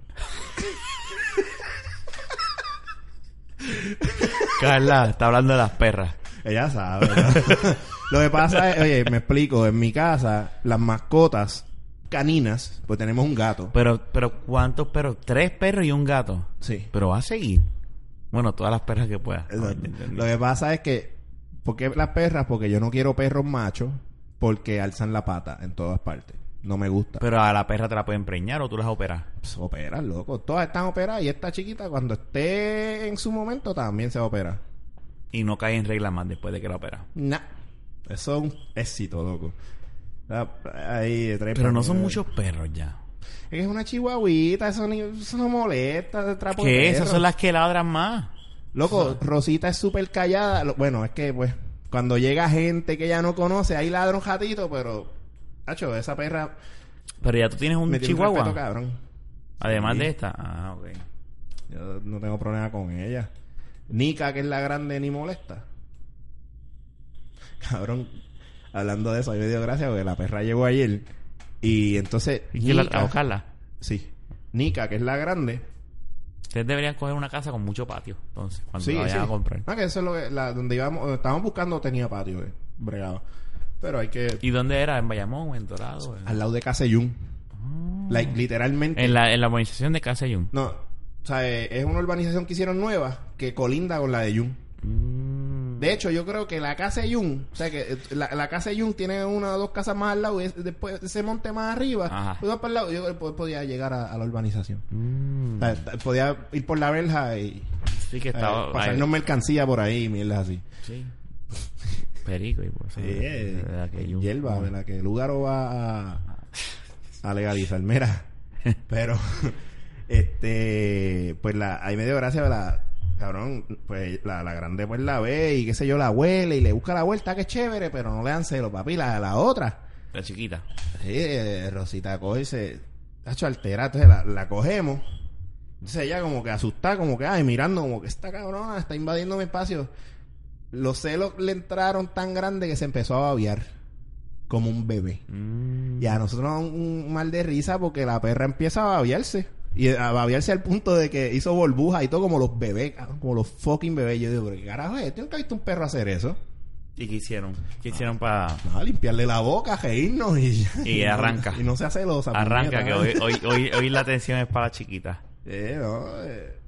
Speaker 1: Carla, está hablando de las perras.
Speaker 2: Ella sabe. ¿no? <laughs> lo que pasa es, oye, me explico, en mi casa, las mascotas caninas, pues tenemos un gato.
Speaker 1: Pero, pero, ¿cuántos perros? Tres perros y un gato.
Speaker 2: Sí.
Speaker 1: Pero vas a seguir. Bueno, todas las perras que puedas.
Speaker 2: Exacto. Lo que pasa es que, ¿por qué las perras? Porque yo no quiero perros machos, porque alzan la pata en todas partes. No me gusta.
Speaker 1: Pero a la perra te la pueden preñar o tú las operas.
Speaker 2: Pues, operan, loco. Todas están operadas y esta chiquita cuando esté en su momento también se va a operar.
Speaker 1: Y no cae en regla más después de que la operas.
Speaker 2: Nah. Eso es un éxito, loco. La- ahí, de tres
Speaker 1: Pero no son
Speaker 2: patas.
Speaker 1: muchos perros ya.
Speaker 2: Es que es una chihuahuita, eso, ni- eso no molesta, de trapo
Speaker 1: ¿Qué?
Speaker 2: perro.
Speaker 1: Esas son las que ladran más.
Speaker 2: Loco, Rosita es súper callada. Lo- Bueno, es que, pues, cuando llega gente que ya no conoce, ahí ladra un ratito, pero... Hacho, esa perra...
Speaker 1: Pero ya tú tienes un
Speaker 2: me tiene un
Speaker 1: chihuahua.
Speaker 2: respeto, cabrón.
Speaker 1: Además
Speaker 2: Sí.
Speaker 1: de esta. Ah, ok.
Speaker 2: Yo no tengo problema con ella. Nika, que es la grande, ni molesta. Cabrón, hablando de eso, a mí me dio gracia porque la perra llegó ayer. Y entonces.
Speaker 1: ¿Y quién la
Speaker 2: Nika-
Speaker 1: a buscarla?
Speaker 2: Sí. Nika, que es la grande.
Speaker 1: Ustedes deberían coger una casa con mucho patio. Entonces, cuando
Speaker 2: sí,
Speaker 1: la vayan
Speaker 2: sí.
Speaker 1: a comprar.
Speaker 2: Ah, que eso es lo que. La, donde íbamos, donde estábamos buscando tenía patio, eh, bregado. Pero hay que.
Speaker 1: ¿Y dónde era? ¿En Bayamón? ¿En Dorado? En,
Speaker 2: Al lado de Caseyun.
Speaker 1: Ah.
Speaker 2: Like, literalmente.
Speaker 1: en la, en la urbanización de Caseyun.
Speaker 2: No. O sea, eh, es una urbanización que hicieron nueva que colinda con la de Yun.
Speaker 1: Mm.
Speaker 2: De hecho, yo creo que la casa de Jun, o sea, que eh, la, la casa de Jun tiene una o dos casas más al lado y es- después se monte más arriba,
Speaker 1: Ajá.
Speaker 2: pues va para el lado, yo eh, po- podía llegar a, a la urbanización. O
Speaker 1: Mm.
Speaker 2: sea, t- podía ir por la verja y
Speaker 1: Sí, que
Speaker 2: eh,
Speaker 1: estaba.
Speaker 2: pasarnos mercancía por ahí, mierdas así.
Speaker 1: Sí. Perico y pues.
Speaker 2: Eh,
Speaker 1: de aquello.
Speaker 2: hierba, de la que Lugaro va a, a legalizar. Mira, pero, este, pues la, ahí me dio gracia la, cabrón, pues la, la grande pues la ve y qué sé yo, la huele y le busca la vuelta, que chévere, pero no le dan celo, papi, la, la otra.
Speaker 1: La chiquita.
Speaker 2: Sí, eh, Rosita coge y se, ha hecho altera, entonces la, la cogemos. Entonces ella como que asustada, como que, ay, mirando, como que esta cabrona está invadiendo mi espacio. Los celos le entraron tan grande que se empezó a babear como un bebé.
Speaker 1: Mm.
Speaker 2: Y a nosotros nos da un, un mal de risa porque la perra empieza a babearse. Y a babearse al punto de que hizo burbujas y todo como los bebés, cabrón, como los fucking bebés. Yo digo, ¿pero qué carajo es esto? ¿Nunca he visto un perro hacer eso?
Speaker 1: ¿Y qué hicieron? ¿Qué
Speaker 2: Ah.
Speaker 1: hicieron para.?
Speaker 2: No, limpiarle la boca, reírnos y ya.
Speaker 1: Y
Speaker 2: no-
Speaker 1: arranca.
Speaker 2: <laughs> Y no sea celosa.
Speaker 1: Arranca,
Speaker 2: puñeta.
Speaker 1: que hoy,
Speaker 2: <laughs>
Speaker 1: hoy, hoy, hoy la atención es para la chiquita.
Speaker 2: Eh, no, eh,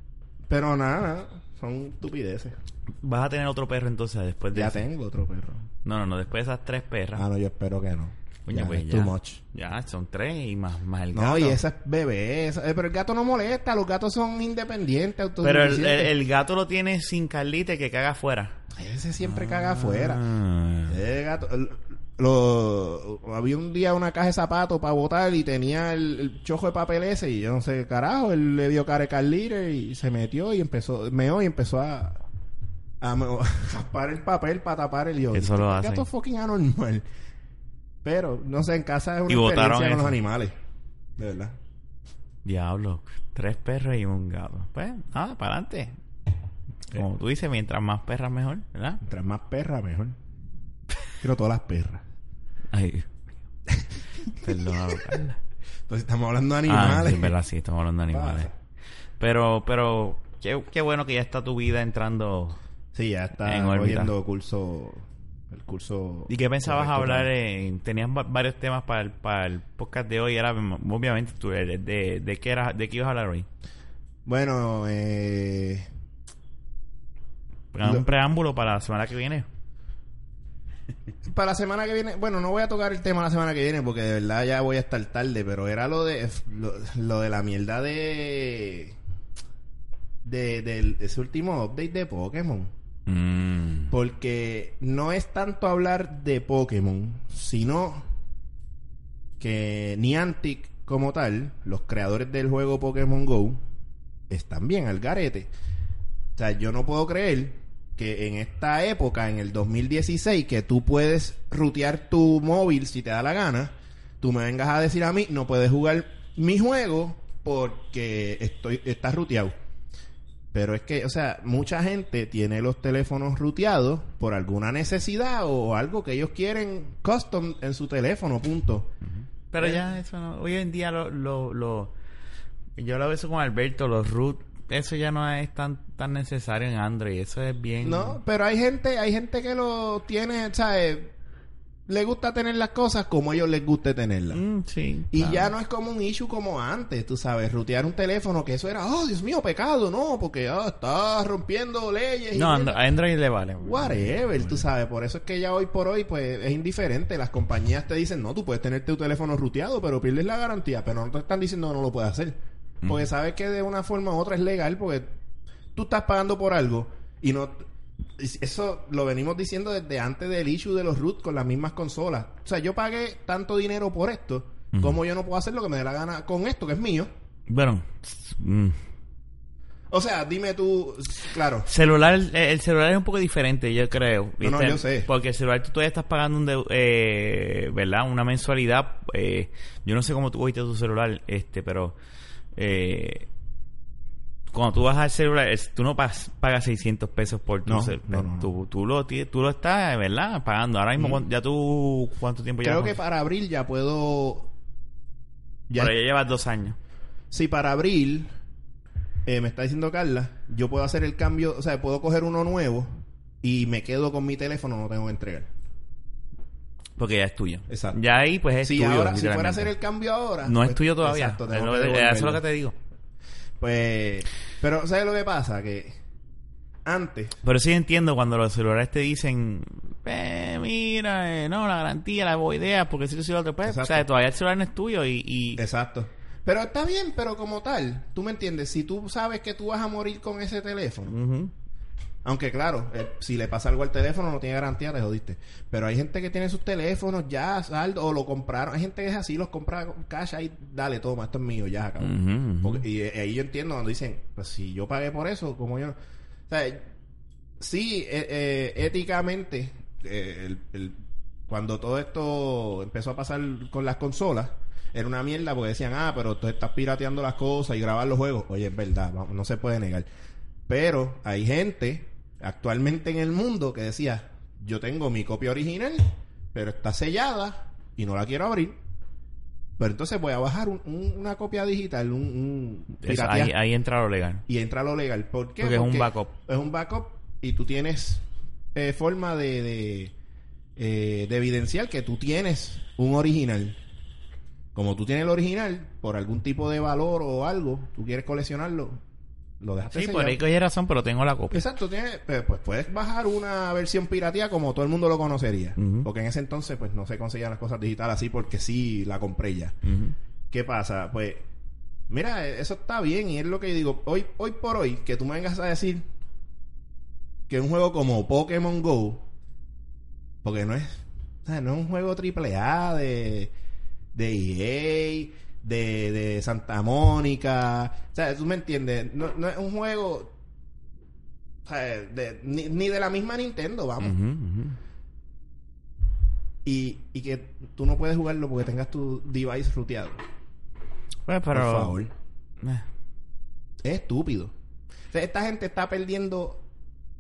Speaker 2: Pero nada, nada, son estupideces.
Speaker 1: ¿Vas a tener otro perro entonces después de.?
Speaker 2: Ya
Speaker 1: ese?
Speaker 2: tengo otro perro.
Speaker 1: No, no, no, después de esas tres perras.
Speaker 2: Ah, no, yo espero que no.
Speaker 1: Coño,
Speaker 2: Ya,
Speaker 1: pues,
Speaker 2: es
Speaker 1: ya.
Speaker 2: too much.
Speaker 1: Ya, son tres y más, más el gato.
Speaker 2: No, y esa es bebé. esa- eh, pero el gato no molesta. Los gatos son independientes,
Speaker 1: Pero el,
Speaker 2: autosuficientes.
Speaker 1: el- el gato lo tiene sin Carlita y que caga afuera.
Speaker 2: Ese siempre caga afuera.
Speaker 1: Ah.
Speaker 2: Ese Eh, gato- el- lo, había un día una caja de zapatos para botar y tenía el, el chojo de papel ese y yo no sé, carajo, él le vio cara de Carl Leader y se metió y empezó, meó y empezó a a me- <laughs> a tapar el papel para tapar el yo.
Speaker 1: Eso lo
Speaker 2: este
Speaker 1: hacen.
Speaker 2: gato es fucking anormal. Pero, no sé, en casa es una
Speaker 1: Y botaron
Speaker 2: experiencia
Speaker 1: eso.
Speaker 2: con los animales. De verdad.
Speaker 1: Diablo, tres perros y un gato. Pues, nada, para adelante. Como tú dices, mientras más perras mejor, ¿verdad?
Speaker 2: Mientras más perra, mejor. Quiero todas las perras.
Speaker 1: <laughs> Ay. Perdónalo,
Speaker 2: <laughs>
Speaker 1: Carla.
Speaker 2: Entonces estamos hablando
Speaker 1: Ah,
Speaker 2: de animales.
Speaker 1: sí, verdad, sí, estamos hablando de animales.
Speaker 2: Pasa.
Speaker 1: Pero, pero, qué, qué bueno que ya está tu vida entrando.
Speaker 2: Sí, ya está
Speaker 1: En órbita.
Speaker 2: cogiendo curso. El curso.
Speaker 1: ¿Y qué pensabas
Speaker 2: correcto,
Speaker 1: hablar? eh?
Speaker 2: claro.
Speaker 1: en- tenías va- varios temas para el, para el podcast de hoy. Era, obviamente, tú, eh, de, de, de qué era, ¿de qué ibas a hablar hoy?
Speaker 2: Bueno, eh.
Speaker 1: Un
Speaker 2: Lo-
Speaker 1: preámbulo para la semana que viene.
Speaker 2: Para la semana que viene, bueno, no voy a tocar el tema la semana que viene porque de verdad ya voy a estar tarde, pero era lo de lo, lo de la mierda de, de del ese último update de Pokémon,
Speaker 1: Mm.
Speaker 2: porque no es tanto hablar de Pokémon, sino que Niantic como tal, los creadores del juego Pokémon Go, están bien al garete. O sea, yo no puedo creer que en esta época, en el 2016, que tú puedes rutear tu móvil si te da la gana, tú me vengas a decir a mí, no puedes jugar mi juego porque estoy estás ruteado. Pero es que, o sea, mucha gente tiene los teléfonos ruteados por alguna necesidad o algo que ellos quieren custom en su teléfono, punto.
Speaker 1: Pero
Speaker 2: Eh.
Speaker 1: ya eso no, hoy en día lo, lo, lo- yo lo veo eso con Alberto, los root, eso ya no es tan tan necesario en Android, eso es bien
Speaker 2: No, pero hay gente, hay gente que lo tiene, ¿sabes? le gusta tener las cosas como a ellos les guste tenerlas.
Speaker 1: Mm, sí.
Speaker 2: Y
Speaker 1: claro.
Speaker 2: ya no es como un issue como antes, tú sabes, rutear un teléfono, que eso era, oh, Dios mío, pecado, no, porque ah, está rompiendo leyes. y
Speaker 1: No,
Speaker 2: mierda".
Speaker 1: Andro- a Android le vale.
Speaker 2: Whatever, tú sabes, por eso es que ya hoy por hoy pues es indiferente, las compañías te dicen, no, tú puedes tener tu teléfono ruteado, pero pierdes la garantía, pero no te están diciendo que no lo puedes hacer. Porque sabes que de una forma u otra es legal porque tú estás pagando por algo y no eso lo venimos diciendo desde antes del issue de los root con las mismas consolas. O sea, yo pagué tanto dinero por esto, como yo no puedo hacer lo que me dé la gana con esto que es mío.
Speaker 1: Bueno, mm.
Speaker 2: O sea, dime tú, claro.
Speaker 1: celular, eh, el celular es un poco diferente, yo creo.
Speaker 2: No, no,
Speaker 1: ¿viste?
Speaker 2: yo sé.
Speaker 1: Porque el celular tú todavía estás pagando un de- eh, ¿verdad? Una mensualidad. eh, yo no sé cómo tú cogiste tu celular, este, pero eh, cuando tú vas al celular, es- tú no pas- pagas 600 pesos por tu
Speaker 2: No,
Speaker 1: cel-
Speaker 2: no, no, no.
Speaker 1: Tú, tú lo, ti- tú lo estás, ¿verdad? Pagando. Ahora mismo, ¿cuán- ya tú, ¿cuánto tiempo
Speaker 2: Creo
Speaker 1: llevas?
Speaker 2: que para abril ya puedo ya
Speaker 1: Pero ya llevas dos años.
Speaker 2: si para abril eh, me está diciendo Carla, yo puedo hacer el cambio, o sea, puedo coger uno nuevo y me quedo con mi teléfono, no tengo que entregar.
Speaker 1: Porque ya es tuyo.
Speaker 2: Exacto.
Speaker 1: Ya ahí, pues es
Speaker 2: Si,
Speaker 1: tuyo.
Speaker 2: ahora, si fuera a
Speaker 1: literalmente.
Speaker 2: hacer el cambio ahora.
Speaker 1: No es
Speaker 2: pues,
Speaker 1: tuyo todavía.
Speaker 2: Exacto,
Speaker 1: Es
Speaker 2: tengo
Speaker 1: lo
Speaker 2: que
Speaker 1: que te- eso es lo
Speaker 2: devolverlo.
Speaker 1: que te digo.
Speaker 2: Pues, pero ¿sabes lo que pasa? Que antes,
Speaker 1: Pero sí entiendo cuando los celulares te dicen, eh, mira, eh, no, la garantía, la idea, porque si tú si lo otro, pues, o
Speaker 2: Exacto.
Speaker 1: sea, todavía el celular no es tuyo y... y-
Speaker 2: exacto. Pero está bien, pero como tal, tú me entiendes, si tú sabes que tú vas a morir con ese teléfono,
Speaker 1: Ujú.
Speaker 2: Aunque claro, eh, si le pasa algo al teléfono no tiene garantía, te jodiste. Pero hay gente que tiene sus teléfonos ya saldo o lo compraron. Hay gente que es así, los compra con cash ahí, dale, toma, esto es mío, ya, cabrón.
Speaker 1: Ujú, ujú.
Speaker 2: Porque- y eh, ahí yo entiendo cuando dicen, pues si yo pagué por eso, como yo... no? O sea, eh, sí, eh, eh, éticamente, eh, el- el- cuando todo esto empezó a pasar con las consolas, era una mierda porque decían, ah, pero tú estás pirateando las cosas y grabar los juegos. Oye, es verdad, vamos, no se puede negar. Pero hay gente actualmente en el mundo que decía, yo tengo mi copia original, pero está sellada y no la quiero abrir. Pero entonces voy a bajar un- un- una copia digital, un, un
Speaker 1: Eso,
Speaker 2: piratear,
Speaker 1: ahí, ahí entra lo legal.
Speaker 2: y entra lo legal. ¿Por qué?
Speaker 1: Porque es un backup.
Speaker 2: Es un backup y tú tienes eh, forma de, de, eh, de evidenciar que tú tienes un original. Como tú tienes el original, por algún tipo de valor o algo, tú quieres coleccionarlo, lo dejaste
Speaker 1: Sí, pues, por
Speaker 2: sellado.
Speaker 1: ahí que hay razón, pero tengo la copia.
Speaker 2: Exacto, tiene, pues, pues puedes bajar una versión piratía como todo el mundo lo conocería.
Speaker 1: Ujú.
Speaker 2: Porque en ese entonces pues no se conseguían las cosas digitales así porque sí la compré ya.
Speaker 1: Ujú.
Speaker 2: ¿Qué pasa? Pues, mira, eso está bien y es lo que yo digo. Hoy, hoy por hoy, que tú me vengas a decir que un juego como Pokémon Go, porque no es, o sea, no es un juego triple A de, de EA, de, de Santa Mónica, o sea, tú me entiendes, no, no es un juego o sea, de- ni, ni de la misma Nintendo, vamos.
Speaker 1: Ujú, ujú.
Speaker 2: y, y que tú no puedes jugarlo porque tengas tu device ruteado.
Speaker 1: Pues, pero...
Speaker 2: Por favor.
Speaker 1: Eh,
Speaker 2: Es estúpido. O sea, esta gente está perdiendo.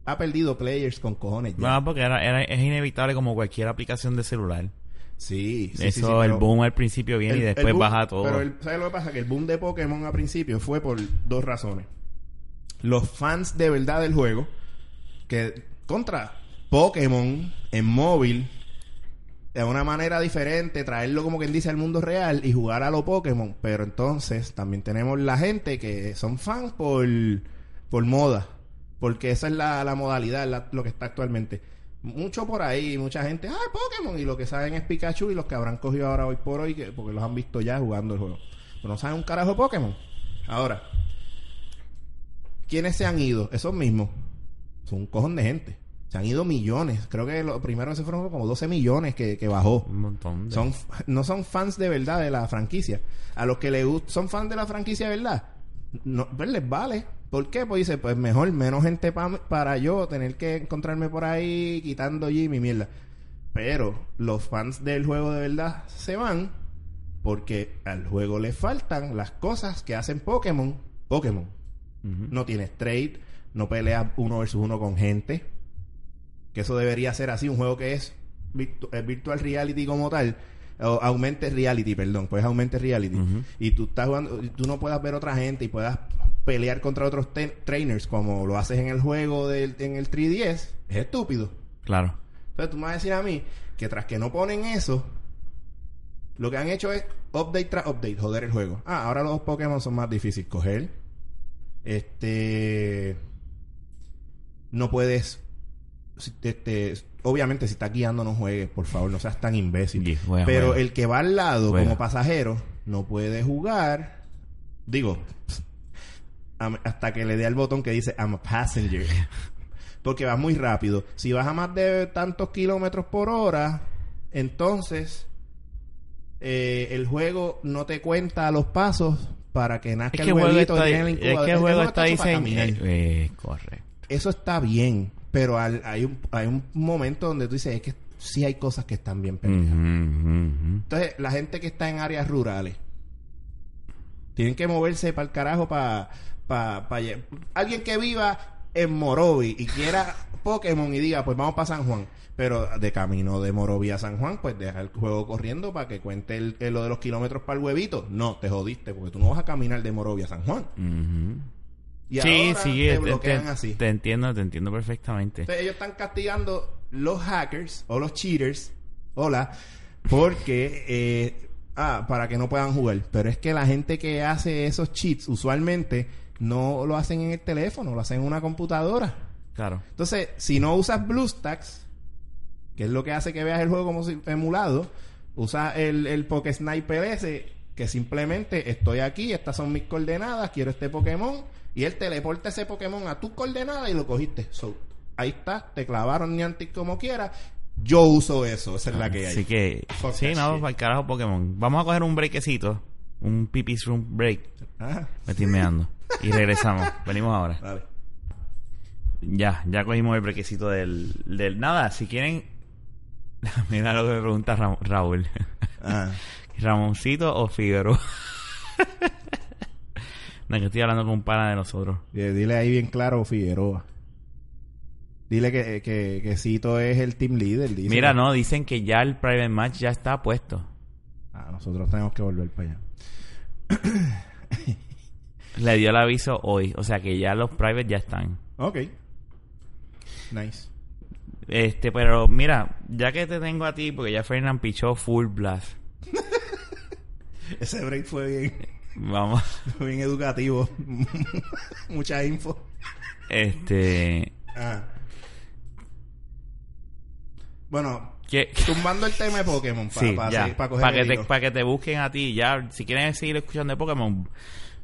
Speaker 2: Ha perdido players con cojones. Ya.
Speaker 1: No, porque era- era- es inevitable como cualquier aplicación de celular.
Speaker 2: Sí, sí, sí,
Speaker 1: Eso,
Speaker 2: sí, pero
Speaker 1: el boom al principio viene
Speaker 2: el-
Speaker 1: y
Speaker 2: el
Speaker 1: después
Speaker 2: boom-
Speaker 1: baja todo.
Speaker 2: Pero, el- ¿sabes lo que pasa? Que el boom de Pokémon a principio fue por dos razones. Los fans de verdad del juego, que contra Pokémon en móvil, de una manera diferente, traerlo como quien dice al mundo real y jugar a los Pokémon. Pero entonces también tenemos la gente que son fans por, por moda. Porque esa es la, la modalidad, la- lo que está actualmente. Mucho por ahí, mucha gente, ¡ay, Pokémon! Y lo que saben es Pikachu y los que habrán cogido ahora hoy por hoy, que- porque los han visto ya jugando el juego. Pero no saben un carajo de Pokémon. Ahora, ¿quiénes se han ido? Esos mismos. Son un cojón de gente. Se han ido millones. Creo que los primeros se fueron como 12 millones que, que bajó.
Speaker 1: Un montón de...
Speaker 2: Son, f- no son fans de verdad de la franquicia. A los que les gusta, son fans de la franquicia de verdad, no, pues les vale. ¿Por qué? Pues dice, pues mejor, menos gente pa- para yo tener que encontrarme por ahí quitando Jimmy, mierda. Pero los fans del juego de verdad se van porque al juego le faltan las cosas que hacen Pokémon. Pokémon.
Speaker 1: Ujú.
Speaker 2: No tienes trade, no peleas uno versus uno con gente. Que eso debería ser así, un juego que es virtu- eh, virtual reality como tal. O augmented reality, perdón, pues augmented reality.
Speaker 1: Ujú.
Speaker 2: Y tú estás jugando, y tú no puedas ver otra gente y puedas pelear contra otros ten- trainers como lo haces en el juego del, en el 3DS. Es estúpido.
Speaker 1: Claro.
Speaker 2: Entonces tú me vas a decir a mí que tras que no ponen eso, lo que han hecho es update tras update, joder el juego. Ah, ahora los Pokémon son más difíciles coger. Este. No puedes. si- Este, obviamente, si estás guiando, no juegues, por favor, no seas tan imbécil.
Speaker 1: Sí, juega,
Speaker 2: Pero
Speaker 1: juega.
Speaker 2: el que va al lado
Speaker 1: Juega.
Speaker 2: como pasajero no puede jugar. Digo, am- hasta que le dé al botón que dice I'm a passenger. Porque vas muy rápido. Si vas a más de tantos kilómetros por hora, entonces eh, el juego no te cuenta los pasos para que nazca
Speaker 1: Es que
Speaker 2: el
Speaker 1: el juego
Speaker 2: huevito
Speaker 1: está,
Speaker 2: y tenga el
Speaker 1: es que el
Speaker 2: incubador.
Speaker 1: juego
Speaker 2: juego
Speaker 1: está
Speaker 2: hecho para caminar.
Speaker 1: diseñado. Eh, correcto.
Speaker 2: Eso está bien, pero al- hay, un, hay un momento donde tú dices, es que sí hay cosas que están bien pendientes.
Speaker 1: Ujú, ujú.
Speaker 2: Entonces, la gente que está en áreas rurales tienen que moverse para el carajo para alguien que viva en Morovi y quiera Pokémon y diga, pues vamos para San Juan, pero de camino de Morovi a San Juan, pues deja el juego corriendo para que cuente el- el- lo de los kilómetros para el huevito. No, te jodiste porque tú no vas a caminar de Morovi a San Juan.
Speaker 1: Ujú.
Speaker 2: Y
Speaker 1: Sí,
Speaker 2: ahora
Speaker 1: sí,
Speaker 2: te
Speaker 1: te-
Speaker 2: bloquean
Speaker 1: te-
Speaker 2: así.
Speaker 1: te entiendo, te entiendo perfectamente.
Speaker 2: Entonces, ellos están castigando los hackers o los cheaters, hola, porque <laughs> eh, ah, para que no puedan jugar. Pero es que la gente que hace esos cheats usualmente no lo hacen en el teléfono, lo hacen en una computadora.
Speaker 1: Claro.
Speaker 2: Entonces, si no usas BlueStacks, que es lo que hace que veas el juego como si emulado, usa el, el Sniper ese, que simplemente estoy aquí, estas son mis coordenadas, quiero este Pokémon, y él teleporta ese Pokémon a tus coordenadas y lo cogiste. So, ahí está, te clavaron Niantic como quieras. Yo uso eso, esa es la que hay.
Speaker 1: Así que,
Speaker 2: Fuck
Speaker 1: Ah, sí,
Speaker 2: that
Speaker 1: no,
Speaker 2: shit.
Speaker 1: para el carajo Pokémon. Vamos a coger un brequecito, un pipis room break.
Speaker 2: Ajá,
Speaker 1: Me estoy meando.
Speaker 2: <laughs>
Speaker 1: Y regresamos. Venimos ahora. <laughs>
Speaker 2: Ah, dale.
Speaker 1: Ya, ya cogimos el brequecito del, del... Nada, si quieren... <laughs> Mira lo que me pregunta Ra- Raúl. <laughs> Ah.
Speaker 2: Ajá.
Speaker 1: ¿Ramoncito o Figueroa? <laughs> no, que estoy hablando con un pana de nosotros.
Speaker 2: Y, eh, Dile ahí bien claro, Figueroa. Dile que, que, que Cito es el team leader. dice.
Speaker 1: Mira, no, dicen que ya el private match ya está puesto.
Speaker 2: Ah, nosotros tenemos que volver para allá.
Speaker 1: Le dio el aviso hoy, o sea que ya los private ya están.
Speaker 2: Ok. Nice.
Speaker 1: Este, pero mira, ya que te tengo a ti, porque ya Fernand pichó full blast.
Speaker 2: Ese break fue bien,
Speaker 1: Vamos, <laughs>
Speaker 2: bien educativo. <laughs> Mucha info.
Speaker 1: este.
Speaker 2: Ah. Bueno,
Speaker 1: Que,
Speaker 2: tumbando el tema de Pokémon para
Speaker 1: sí, ya.
Speaker 2: para
Speaker 1: Para
Speaker 2: coger
Speaker 1: que,
Speaker 2: el
Speaker 1: te,
Speaker 2: hilo.
Speaker 1: pa' que te busquen a ti. Ya, si quieren seguir escuchando de Pokémon,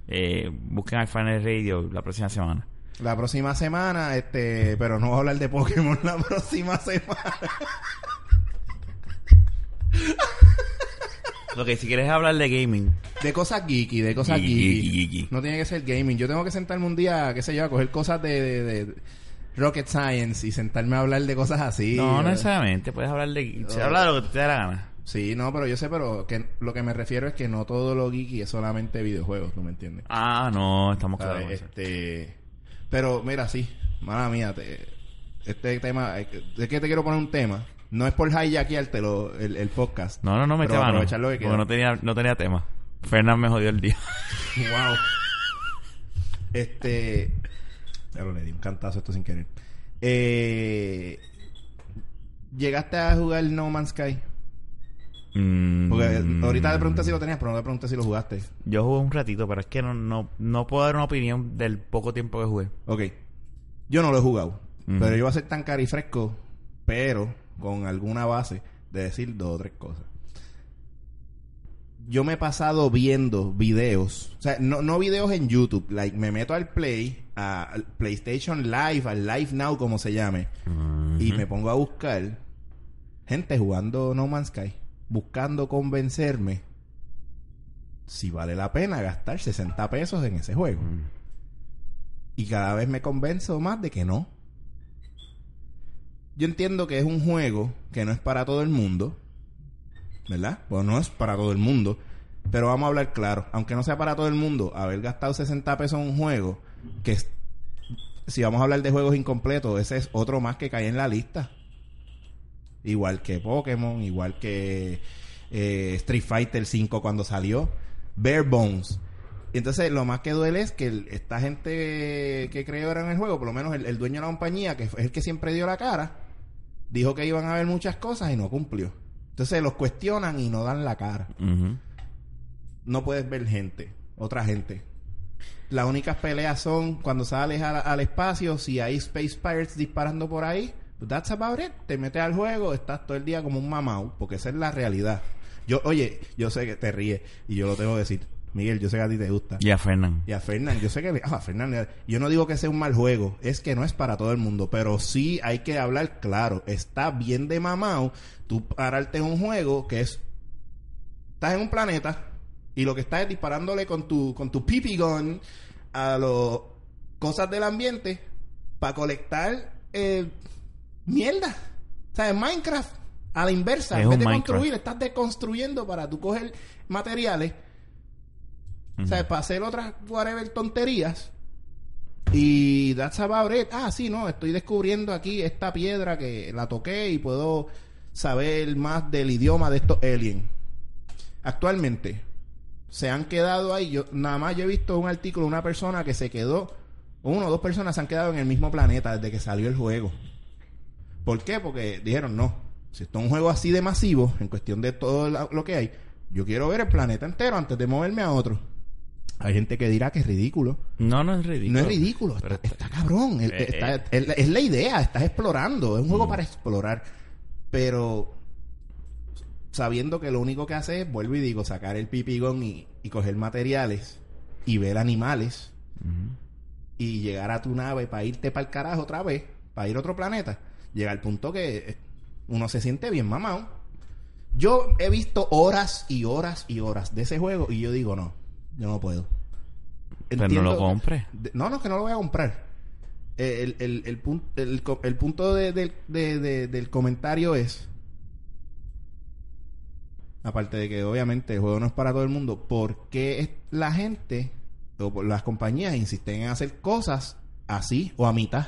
Speaker 1: eh, busquen al Final Radio la próxima semana.
Speaker 2: La próxima semana, este, pero no voy a hablar de Pokémon <laughs> la próxima semana.
Speaker 1: Lo que si quieres hablar de gaming.
Speaker 2: De cosas geeky, de cosas
Speaker 1: Geeky,
Speaker 2: geeky.
Speaker 1: geeky, geeky.
Speaker 2: No tiene que ser gaming. Yo tengo que sentarme un día, qué sé yo, a coger cosas de, de- de Rocket Science y sentarme a hablar de cosas así.
Speaker 1: no, no
Speaker 2: Eh,
Speaker 1: necesariamente. Puedes hablar de. Se habla de lo que te dé la gana.
Speaker 2: Sí, no, pero yo sé, pero que lo que me refiero es que no todo lo geeky es solamente videojuegos, ¿tú me entiendes?
Speaker 1: Ah, no, estamos
Speaker 2: ¿Sabes?
Speaker 1: claros. con eso.
Speaker 2: Este, pero mira, sí, mala mía, te- este tema, es que te quiero poner un tema. No es por hijackeártelo el, el podcast.
Speaker 1: No, no, no me
Speaker 2: Pero
Speaker 1: mano.
Speaker 2: aprovechar lo que
Speaker 1: Porque
Speaker 2: queda.
Speaker 1: no tenía, no tenía tema. Fernán me jodió el día. <laughs>
Speaker 2: Wow. Este, pero le di un cantazo a esto sin querer. Eh, ¿Llegaste a jugar No Man's Sky?
Speaker 1: Mm.
Speaker 2: Porque eh, ahorita te pregunté si lo tenías, pero no te pregunté si lo jugaste.
Speaker 1: Yo jugué un ratito, pero es que no, no, no puedo dar una opinión del poco tiempo que jugué.
Speaker 2: Ok. Yo no lo he jugado.
Speaker 1: Ujú.
Speaker 2: Pero yo voy a ser tan carifresco, pero con alguna base de decir dos o tres cosas. Yo me he pasado viendo videos, o sea, no, no videos en YouTube, like me meto al Play, a- al PlayStation Live, al Live Now, como se llame, y me pongo a buscar gente jugando No Man's Sky, buscando convencerme si vale la pena gastar 60 pesos en ese juego. Y cada vez me convenzo más de que no. Yo entiendo que es un juego que no es para todo el mundo. ¿Verdad? Pues no es para todo el mundo. Pero vamos a hablar claro. Aunque no sea para todo el mundo, haber gastado 60 pesos en un juego, que es- si vamos a hablar de juegos incompletos, ese es otro más que cae en la lista. Igual que Pokémon, igual que eh, Street Fighter 5 cuando salió. Bare Bones. Entonces, lo más que duele es que el- esta gente que creó en el juego, por lo menos el, el dueño de la compañía, que es el que siempre dio la cara, dijo que iban a haber muchas cosas y no cumplió. Entonces los cuestionan y no dan la cara.
Speaker 1: Ujú.
Speaker 2: No puedes ver gente, otra gente. Las únicas peleas son cuando sales al, al espacio, si hay Space Pirates disparando por ahí, pues that's about it. Te metes al juego, estás todo el día como un mamau, porque esa es la realidad. Yo, oye, yo sé que te ríes y yo lo tengo que decir. Miguel, yo sé que a ti te gusta.
Speaker 1: Ya, Fernán.
Speaker 2: Y a Fernán, yo sé que le- ah, a Fernán, le- yo no digo que sea un mal juego, es que no es para todo el mundo, pero sí hay que hablar claro. Está bien de mamao tú pararte en un juego que es estás en un planeta y lo que estás es disparándole con tu con tu pipi gun a las cosas del ambiente para colectar eh, mierda. O sea, en Minecraft a la inversa,
Speaker 1: Es
Speaker 2: en vez
Speaker 1: un
Speaker 2: de
Speaker 1: Minecraft.
Speaker 2: construir, estás deconstruyendo para tú coger materiales o sea, para hacer otras whatever tonterías. Y that's about it. Ah, sí, no, estoy descubriendo aquí esta piedra que la toqué y puedo saber más del idioma de estos aliens. Actualmente se han quedado ahí. Yo nada más yo he visto un artículo de una persona que se quedó. Uno o dos personas se han quedado en el mismo planeta desde que salió el juego. ¿Por qué? Porque dijeron no. Si esto es un juego así de masivo, en cuestión de todo la- lo que hay, yo quiero ver el planeta entero antes de moverme a otro. Hay gente que dirá que es ridículo.
Speaker 1: No, no es ridículo.
Speaker 2: No es ridículo,
Speaker 1: Pero
Speaker 2: está,
Speaker 1: está-
Speaker 2: está cabrón. el-
Speaker 1: Eh,
Speaker 2: está-
Speaker 1: eh. Mm.
Speaker 2: el- es la idea, estás explorando. Es un juego para explorar. Pero sabiendo que lo único que hace es, vuelvo y digo, sacar el pipigón y, y coger materiales y ver animales
Speaker 1: Ujú.
Speaker 2: y llegar a tu nave para irte para el carajo otra vez, para ir a otro planeta, llega al punto que eh, uno se siente bien mamado. Yo he visto horas y horas y horas de ese juego y yo digo, no, yo no puedo.
Speaker 1: Pero Pues no
Speaker 2: Entiendo-
Speaker 1: lo compres.
Speaker 2: de- no, no, que no lo voy a comprar. Eh, El, el- el pun- el co- el punto de- del- de- de- del comentario es. Aparte de que obviamente el juego no es para todo el mundo, ¿por qué es- la gente o por- las compañías insisten en hacer cosas así o a mitad?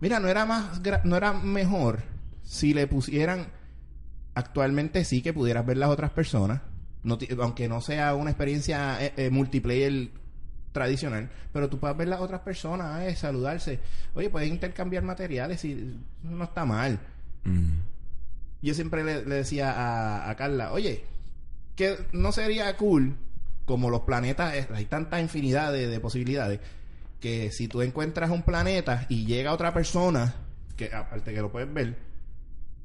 Speaker 2: Mira, no era más gra- no era mejor si le pusieran actualmente sí que pudieras ver las otras personas, no ti- aunque no sea una experiencia eh, eh, multiplayer tradicional, pero tú puedes ver las otras personas, eh, saludarse. Oye, puedes intercambiar materiales y no está mal.
Speaker 1: Mm.
Speaker 2: Yo siempre le, le decía a, a Carla, oye, que no sería cool, como los planetas, eh, hay tanta infinidad de, de posibilidades, que si tú encuentras un planeta y llega otra persona, que aparte que lo puedes ver,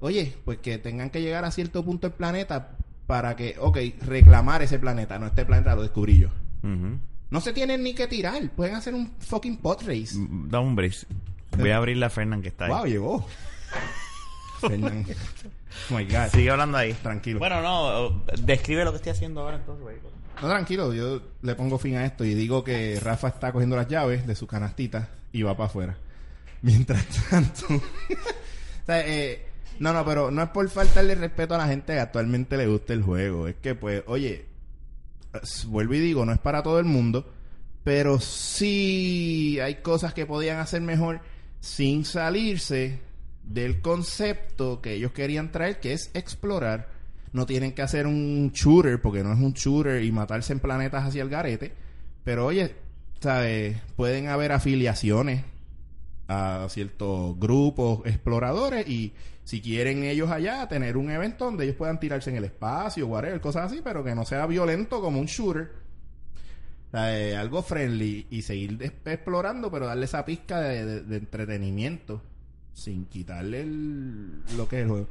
Speaker 2: oye, pues que tengan que llegar a cierto punto el planeta para que, ok, reclamar ese planeta, no este planeta lo descubrí yo.
Speaker 1: Ujú.
Speaker 2: No se tienen ni que tirar. Pueden hacer un fucking pot race.
Speaker 1: Mm, Dame un break. Voy a abrir la Fernán que está ahí.
Speaker 2: Eh. Wow, llegó. Fernan. Oh my God.
Speaker 1: Sigue hablando ahí.
Speaker 2: Tranquilo.
Speaker 1: Bueno, no, describe lo que estoy haciendo ahora entonces, güey.
Speaker 2: No, tranquilo. Yo le pongo fin a esto y digo que Rafa está cogiendo las llaves de su canastita y va para afuera. Mientras tanto... <laughs> o sea, eh, no, no, pero no es por faltarle respeto a la gente que actualmente le gusta el juego. Es que, pues, oye, s- vuelvo y digo, no es para todo el mundo, pero sí hay cosas que podían hacer mejor sin salirse del concepto que ellos querían traer, que es explorar. No tienen que hacer un shooter, porque no es un shooter y matarse en planetas hacia el garete, pero oye, ¿sabes? Pueden haber afiliaciones a ciertos grupos exploradores y si quieren ellos allá tener un evento donde ellos puedan tirarse en el espacio, whatever, cosas así, pero que no sea violento como un shooter. O sea, eh, algo friendly y seguir des- explorando, pero darle esa pizca de, de- de entretenimiento sin quitarle el- lo que es el juego.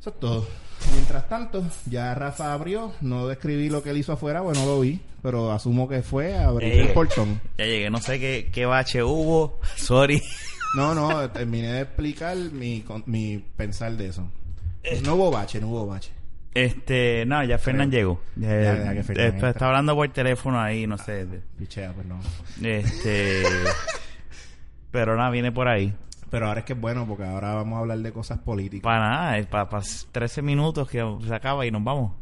Speaker 2: Eso es todo. Mientras tanto, ya Rafa abrió. No describí lo que él hizo afuera, bueno, no lo vi, pero asumo que fue a abrir
Speaker 1: Eh.
Speaker 2: el portón.
Speaker 1: Ya llegué, no sé qué, qué bache hubo. <laughs> Sorry.
Speaker 2: No, no, terminé de explicar mi, con- mi pensar de eso.
Speaker 1: Eh.
Speaker 2: No hubo bache, no hubo bache.
Speaker 1: Este, no, ya Fernán llegó. Eh,
Speaker 2: ya que Fernán
Speaker 1: eh,
Speaker 2: entra.
Speaker 1: está hablando por teléfono ahí, no sé.
Speaker 2: Pichea, pues no.
Speaker 1: Este. pero nada, viene por ahí.
Speaker 2: Pero ahora es que es bueno porque ahora vamos a hablar de cosas políticas.
Speaker 1: Para nada, eh, para 13 minutos que se acaba y nos vamos.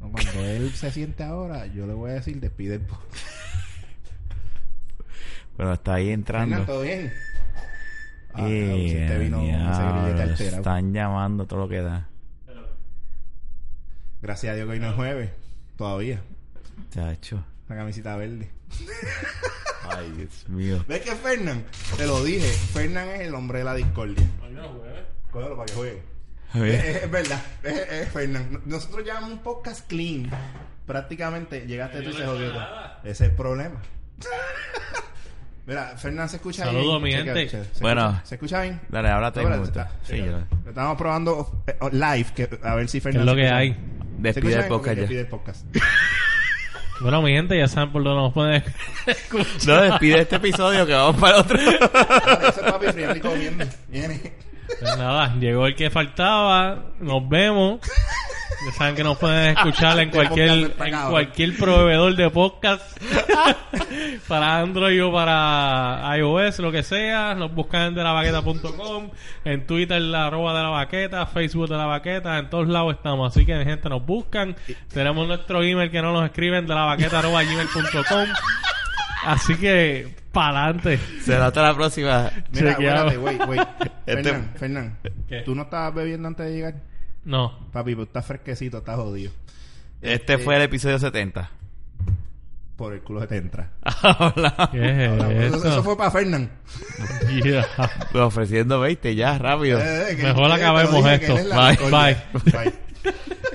Speaker 2: No, Cuando él se siente ahora, yo le voy a decir despide el podcast.
Speaker 1: Pero está ahí entrando.
Speaker 2: Fernan, ¿todo bien? Ah,
Speaker 1: Eh,
Speaker 2: si usted vino con ese
Speaker 1: diablo,
Speaker 2: grillete alterado.
Speaker 1: están llamando todo lo que da.
Speaker 2: Gracias a Dios que hoy no es jueves. Todavía.
Speaker 1: Chacho.
Speaker 2: La camisita verde.
Speaker 1: Ay, Dios mío.
Speaker 2: ¿Ves que Fernan? Te lo dije. Fernan es el hombre de la discordia.
Speaker 3: Mañana jueves.
Speaker 2: Cógelo para que juegue. Eh,
Speaker 1: Mira.
Speaker 2: eh, es verdad, es, es Fernan. Nosotros llevamos un podcast clean. Prácticamente llegaste tú y se jodió. todo. Ese es el problema. <laughs> Mira, Fernán se escucha
Speaker 3: Saludos,
Speaker 2: bien.
Speaker 3: mi
Speaker 2: Checa,
Speaker 3: gente.
Speaker 2: checa, se
Speaker 1: Bueno.
Speaker 2: escucha- ¿Se escucha bien?
Speaker 1: Dale, habla tres
Speaker 2: Ahora,
Speaker 1: minutos.
Speaker 2: está-
Speaker 1: Sí, yo-
Speaker 2: Lo Estamos probando eh, oh, live, que, a ver si
Speaker 3: ¿Qué es
Speaker 2: Fernán.
Speaker 3: lo
Speaker 2: se
Speaker 3: que
Speaker 2: escucha
Speaker 3: hay?
Speaker 2: bien. ¿Se
Speaker 1: Despide
Speaker 2: escucha
Speaker 1: el
Speaker 2: bien?
Speaker 1: podcast
Speaker 2: Ok,
Speaker 1: ya.
Speaker 2: despide el podcast.
Speaker 3: Bueno, mi gente, ya saben por dónde nos pueden
Speaker 1: No, despide este episodio que vamos para otro.
Speaker 2: <laughs> Dale, Ese papi friando y comiendo. Viene.
Speaker 3: Pues nada, <laughs> llegó el que faltaba, nos vemos. Ya saben que nos pueden escuchar en
Speaker 2: Este podcast
Speaker 3: cualquier,
Speaker 2: está
Speaker 3: en
Speaker 2: cabrón.
Speaker 3: cualquier proveedor de podcast, para Android o para iOS, lo que sea. Nos buscan en de la vaqueta.com, en Twitter la arroba de la vaqueta, Facebook de la vaqueta, en todos lados estamos. Así que gente nos buscan. Tenemos nuestro email que no nos escriben de la vaqueta arroba gmail.com. Así que, para adelante.
Speaker 1: Será hasta la próxima.
Speaker 2: Mira,
Speaker 3: Chequeado.
Speaker 2: espérate, wait, wait.
Speaker 1: <laughs> Este-
Speaker 2: Fernán, Fernán.
Speaker 3: ¿Qué?
Speaker 2: ¿Tú no estabas bebiendo antes de llegar?
Speaker 3: No.
Speaker 2: Papi, pues estás fresquecito, estás jodido.
Speaker 1: Este
Speaker 2: Eh,
Speaker 1: fue el episodio
Speaker 2: <laughs>
Speaker 1: 70.
Speaker 2: Por el culo se te entra.
Speaker 1: Habla.
Speaker 3: ¿Qué es
Speaker 2: Ahora, pues, eso, <laughs>
Speaker 3: esto?
Speaker 2: eso fue para Fernán.
Speaker 3: Yeah.
Speaker 1: Ofreciendo 20 ya, rápido.
Speaker 2: Eh, eh, que-
Speaker 3: Mejor
Speaker 2: eh, te lo
Speaker 3: acabemos
Speaker 2: dije,
Speaker 3: esto.
Speaker 2: que él es la
Speaker 3: Bye.
Speaker 2: Bye. Bye.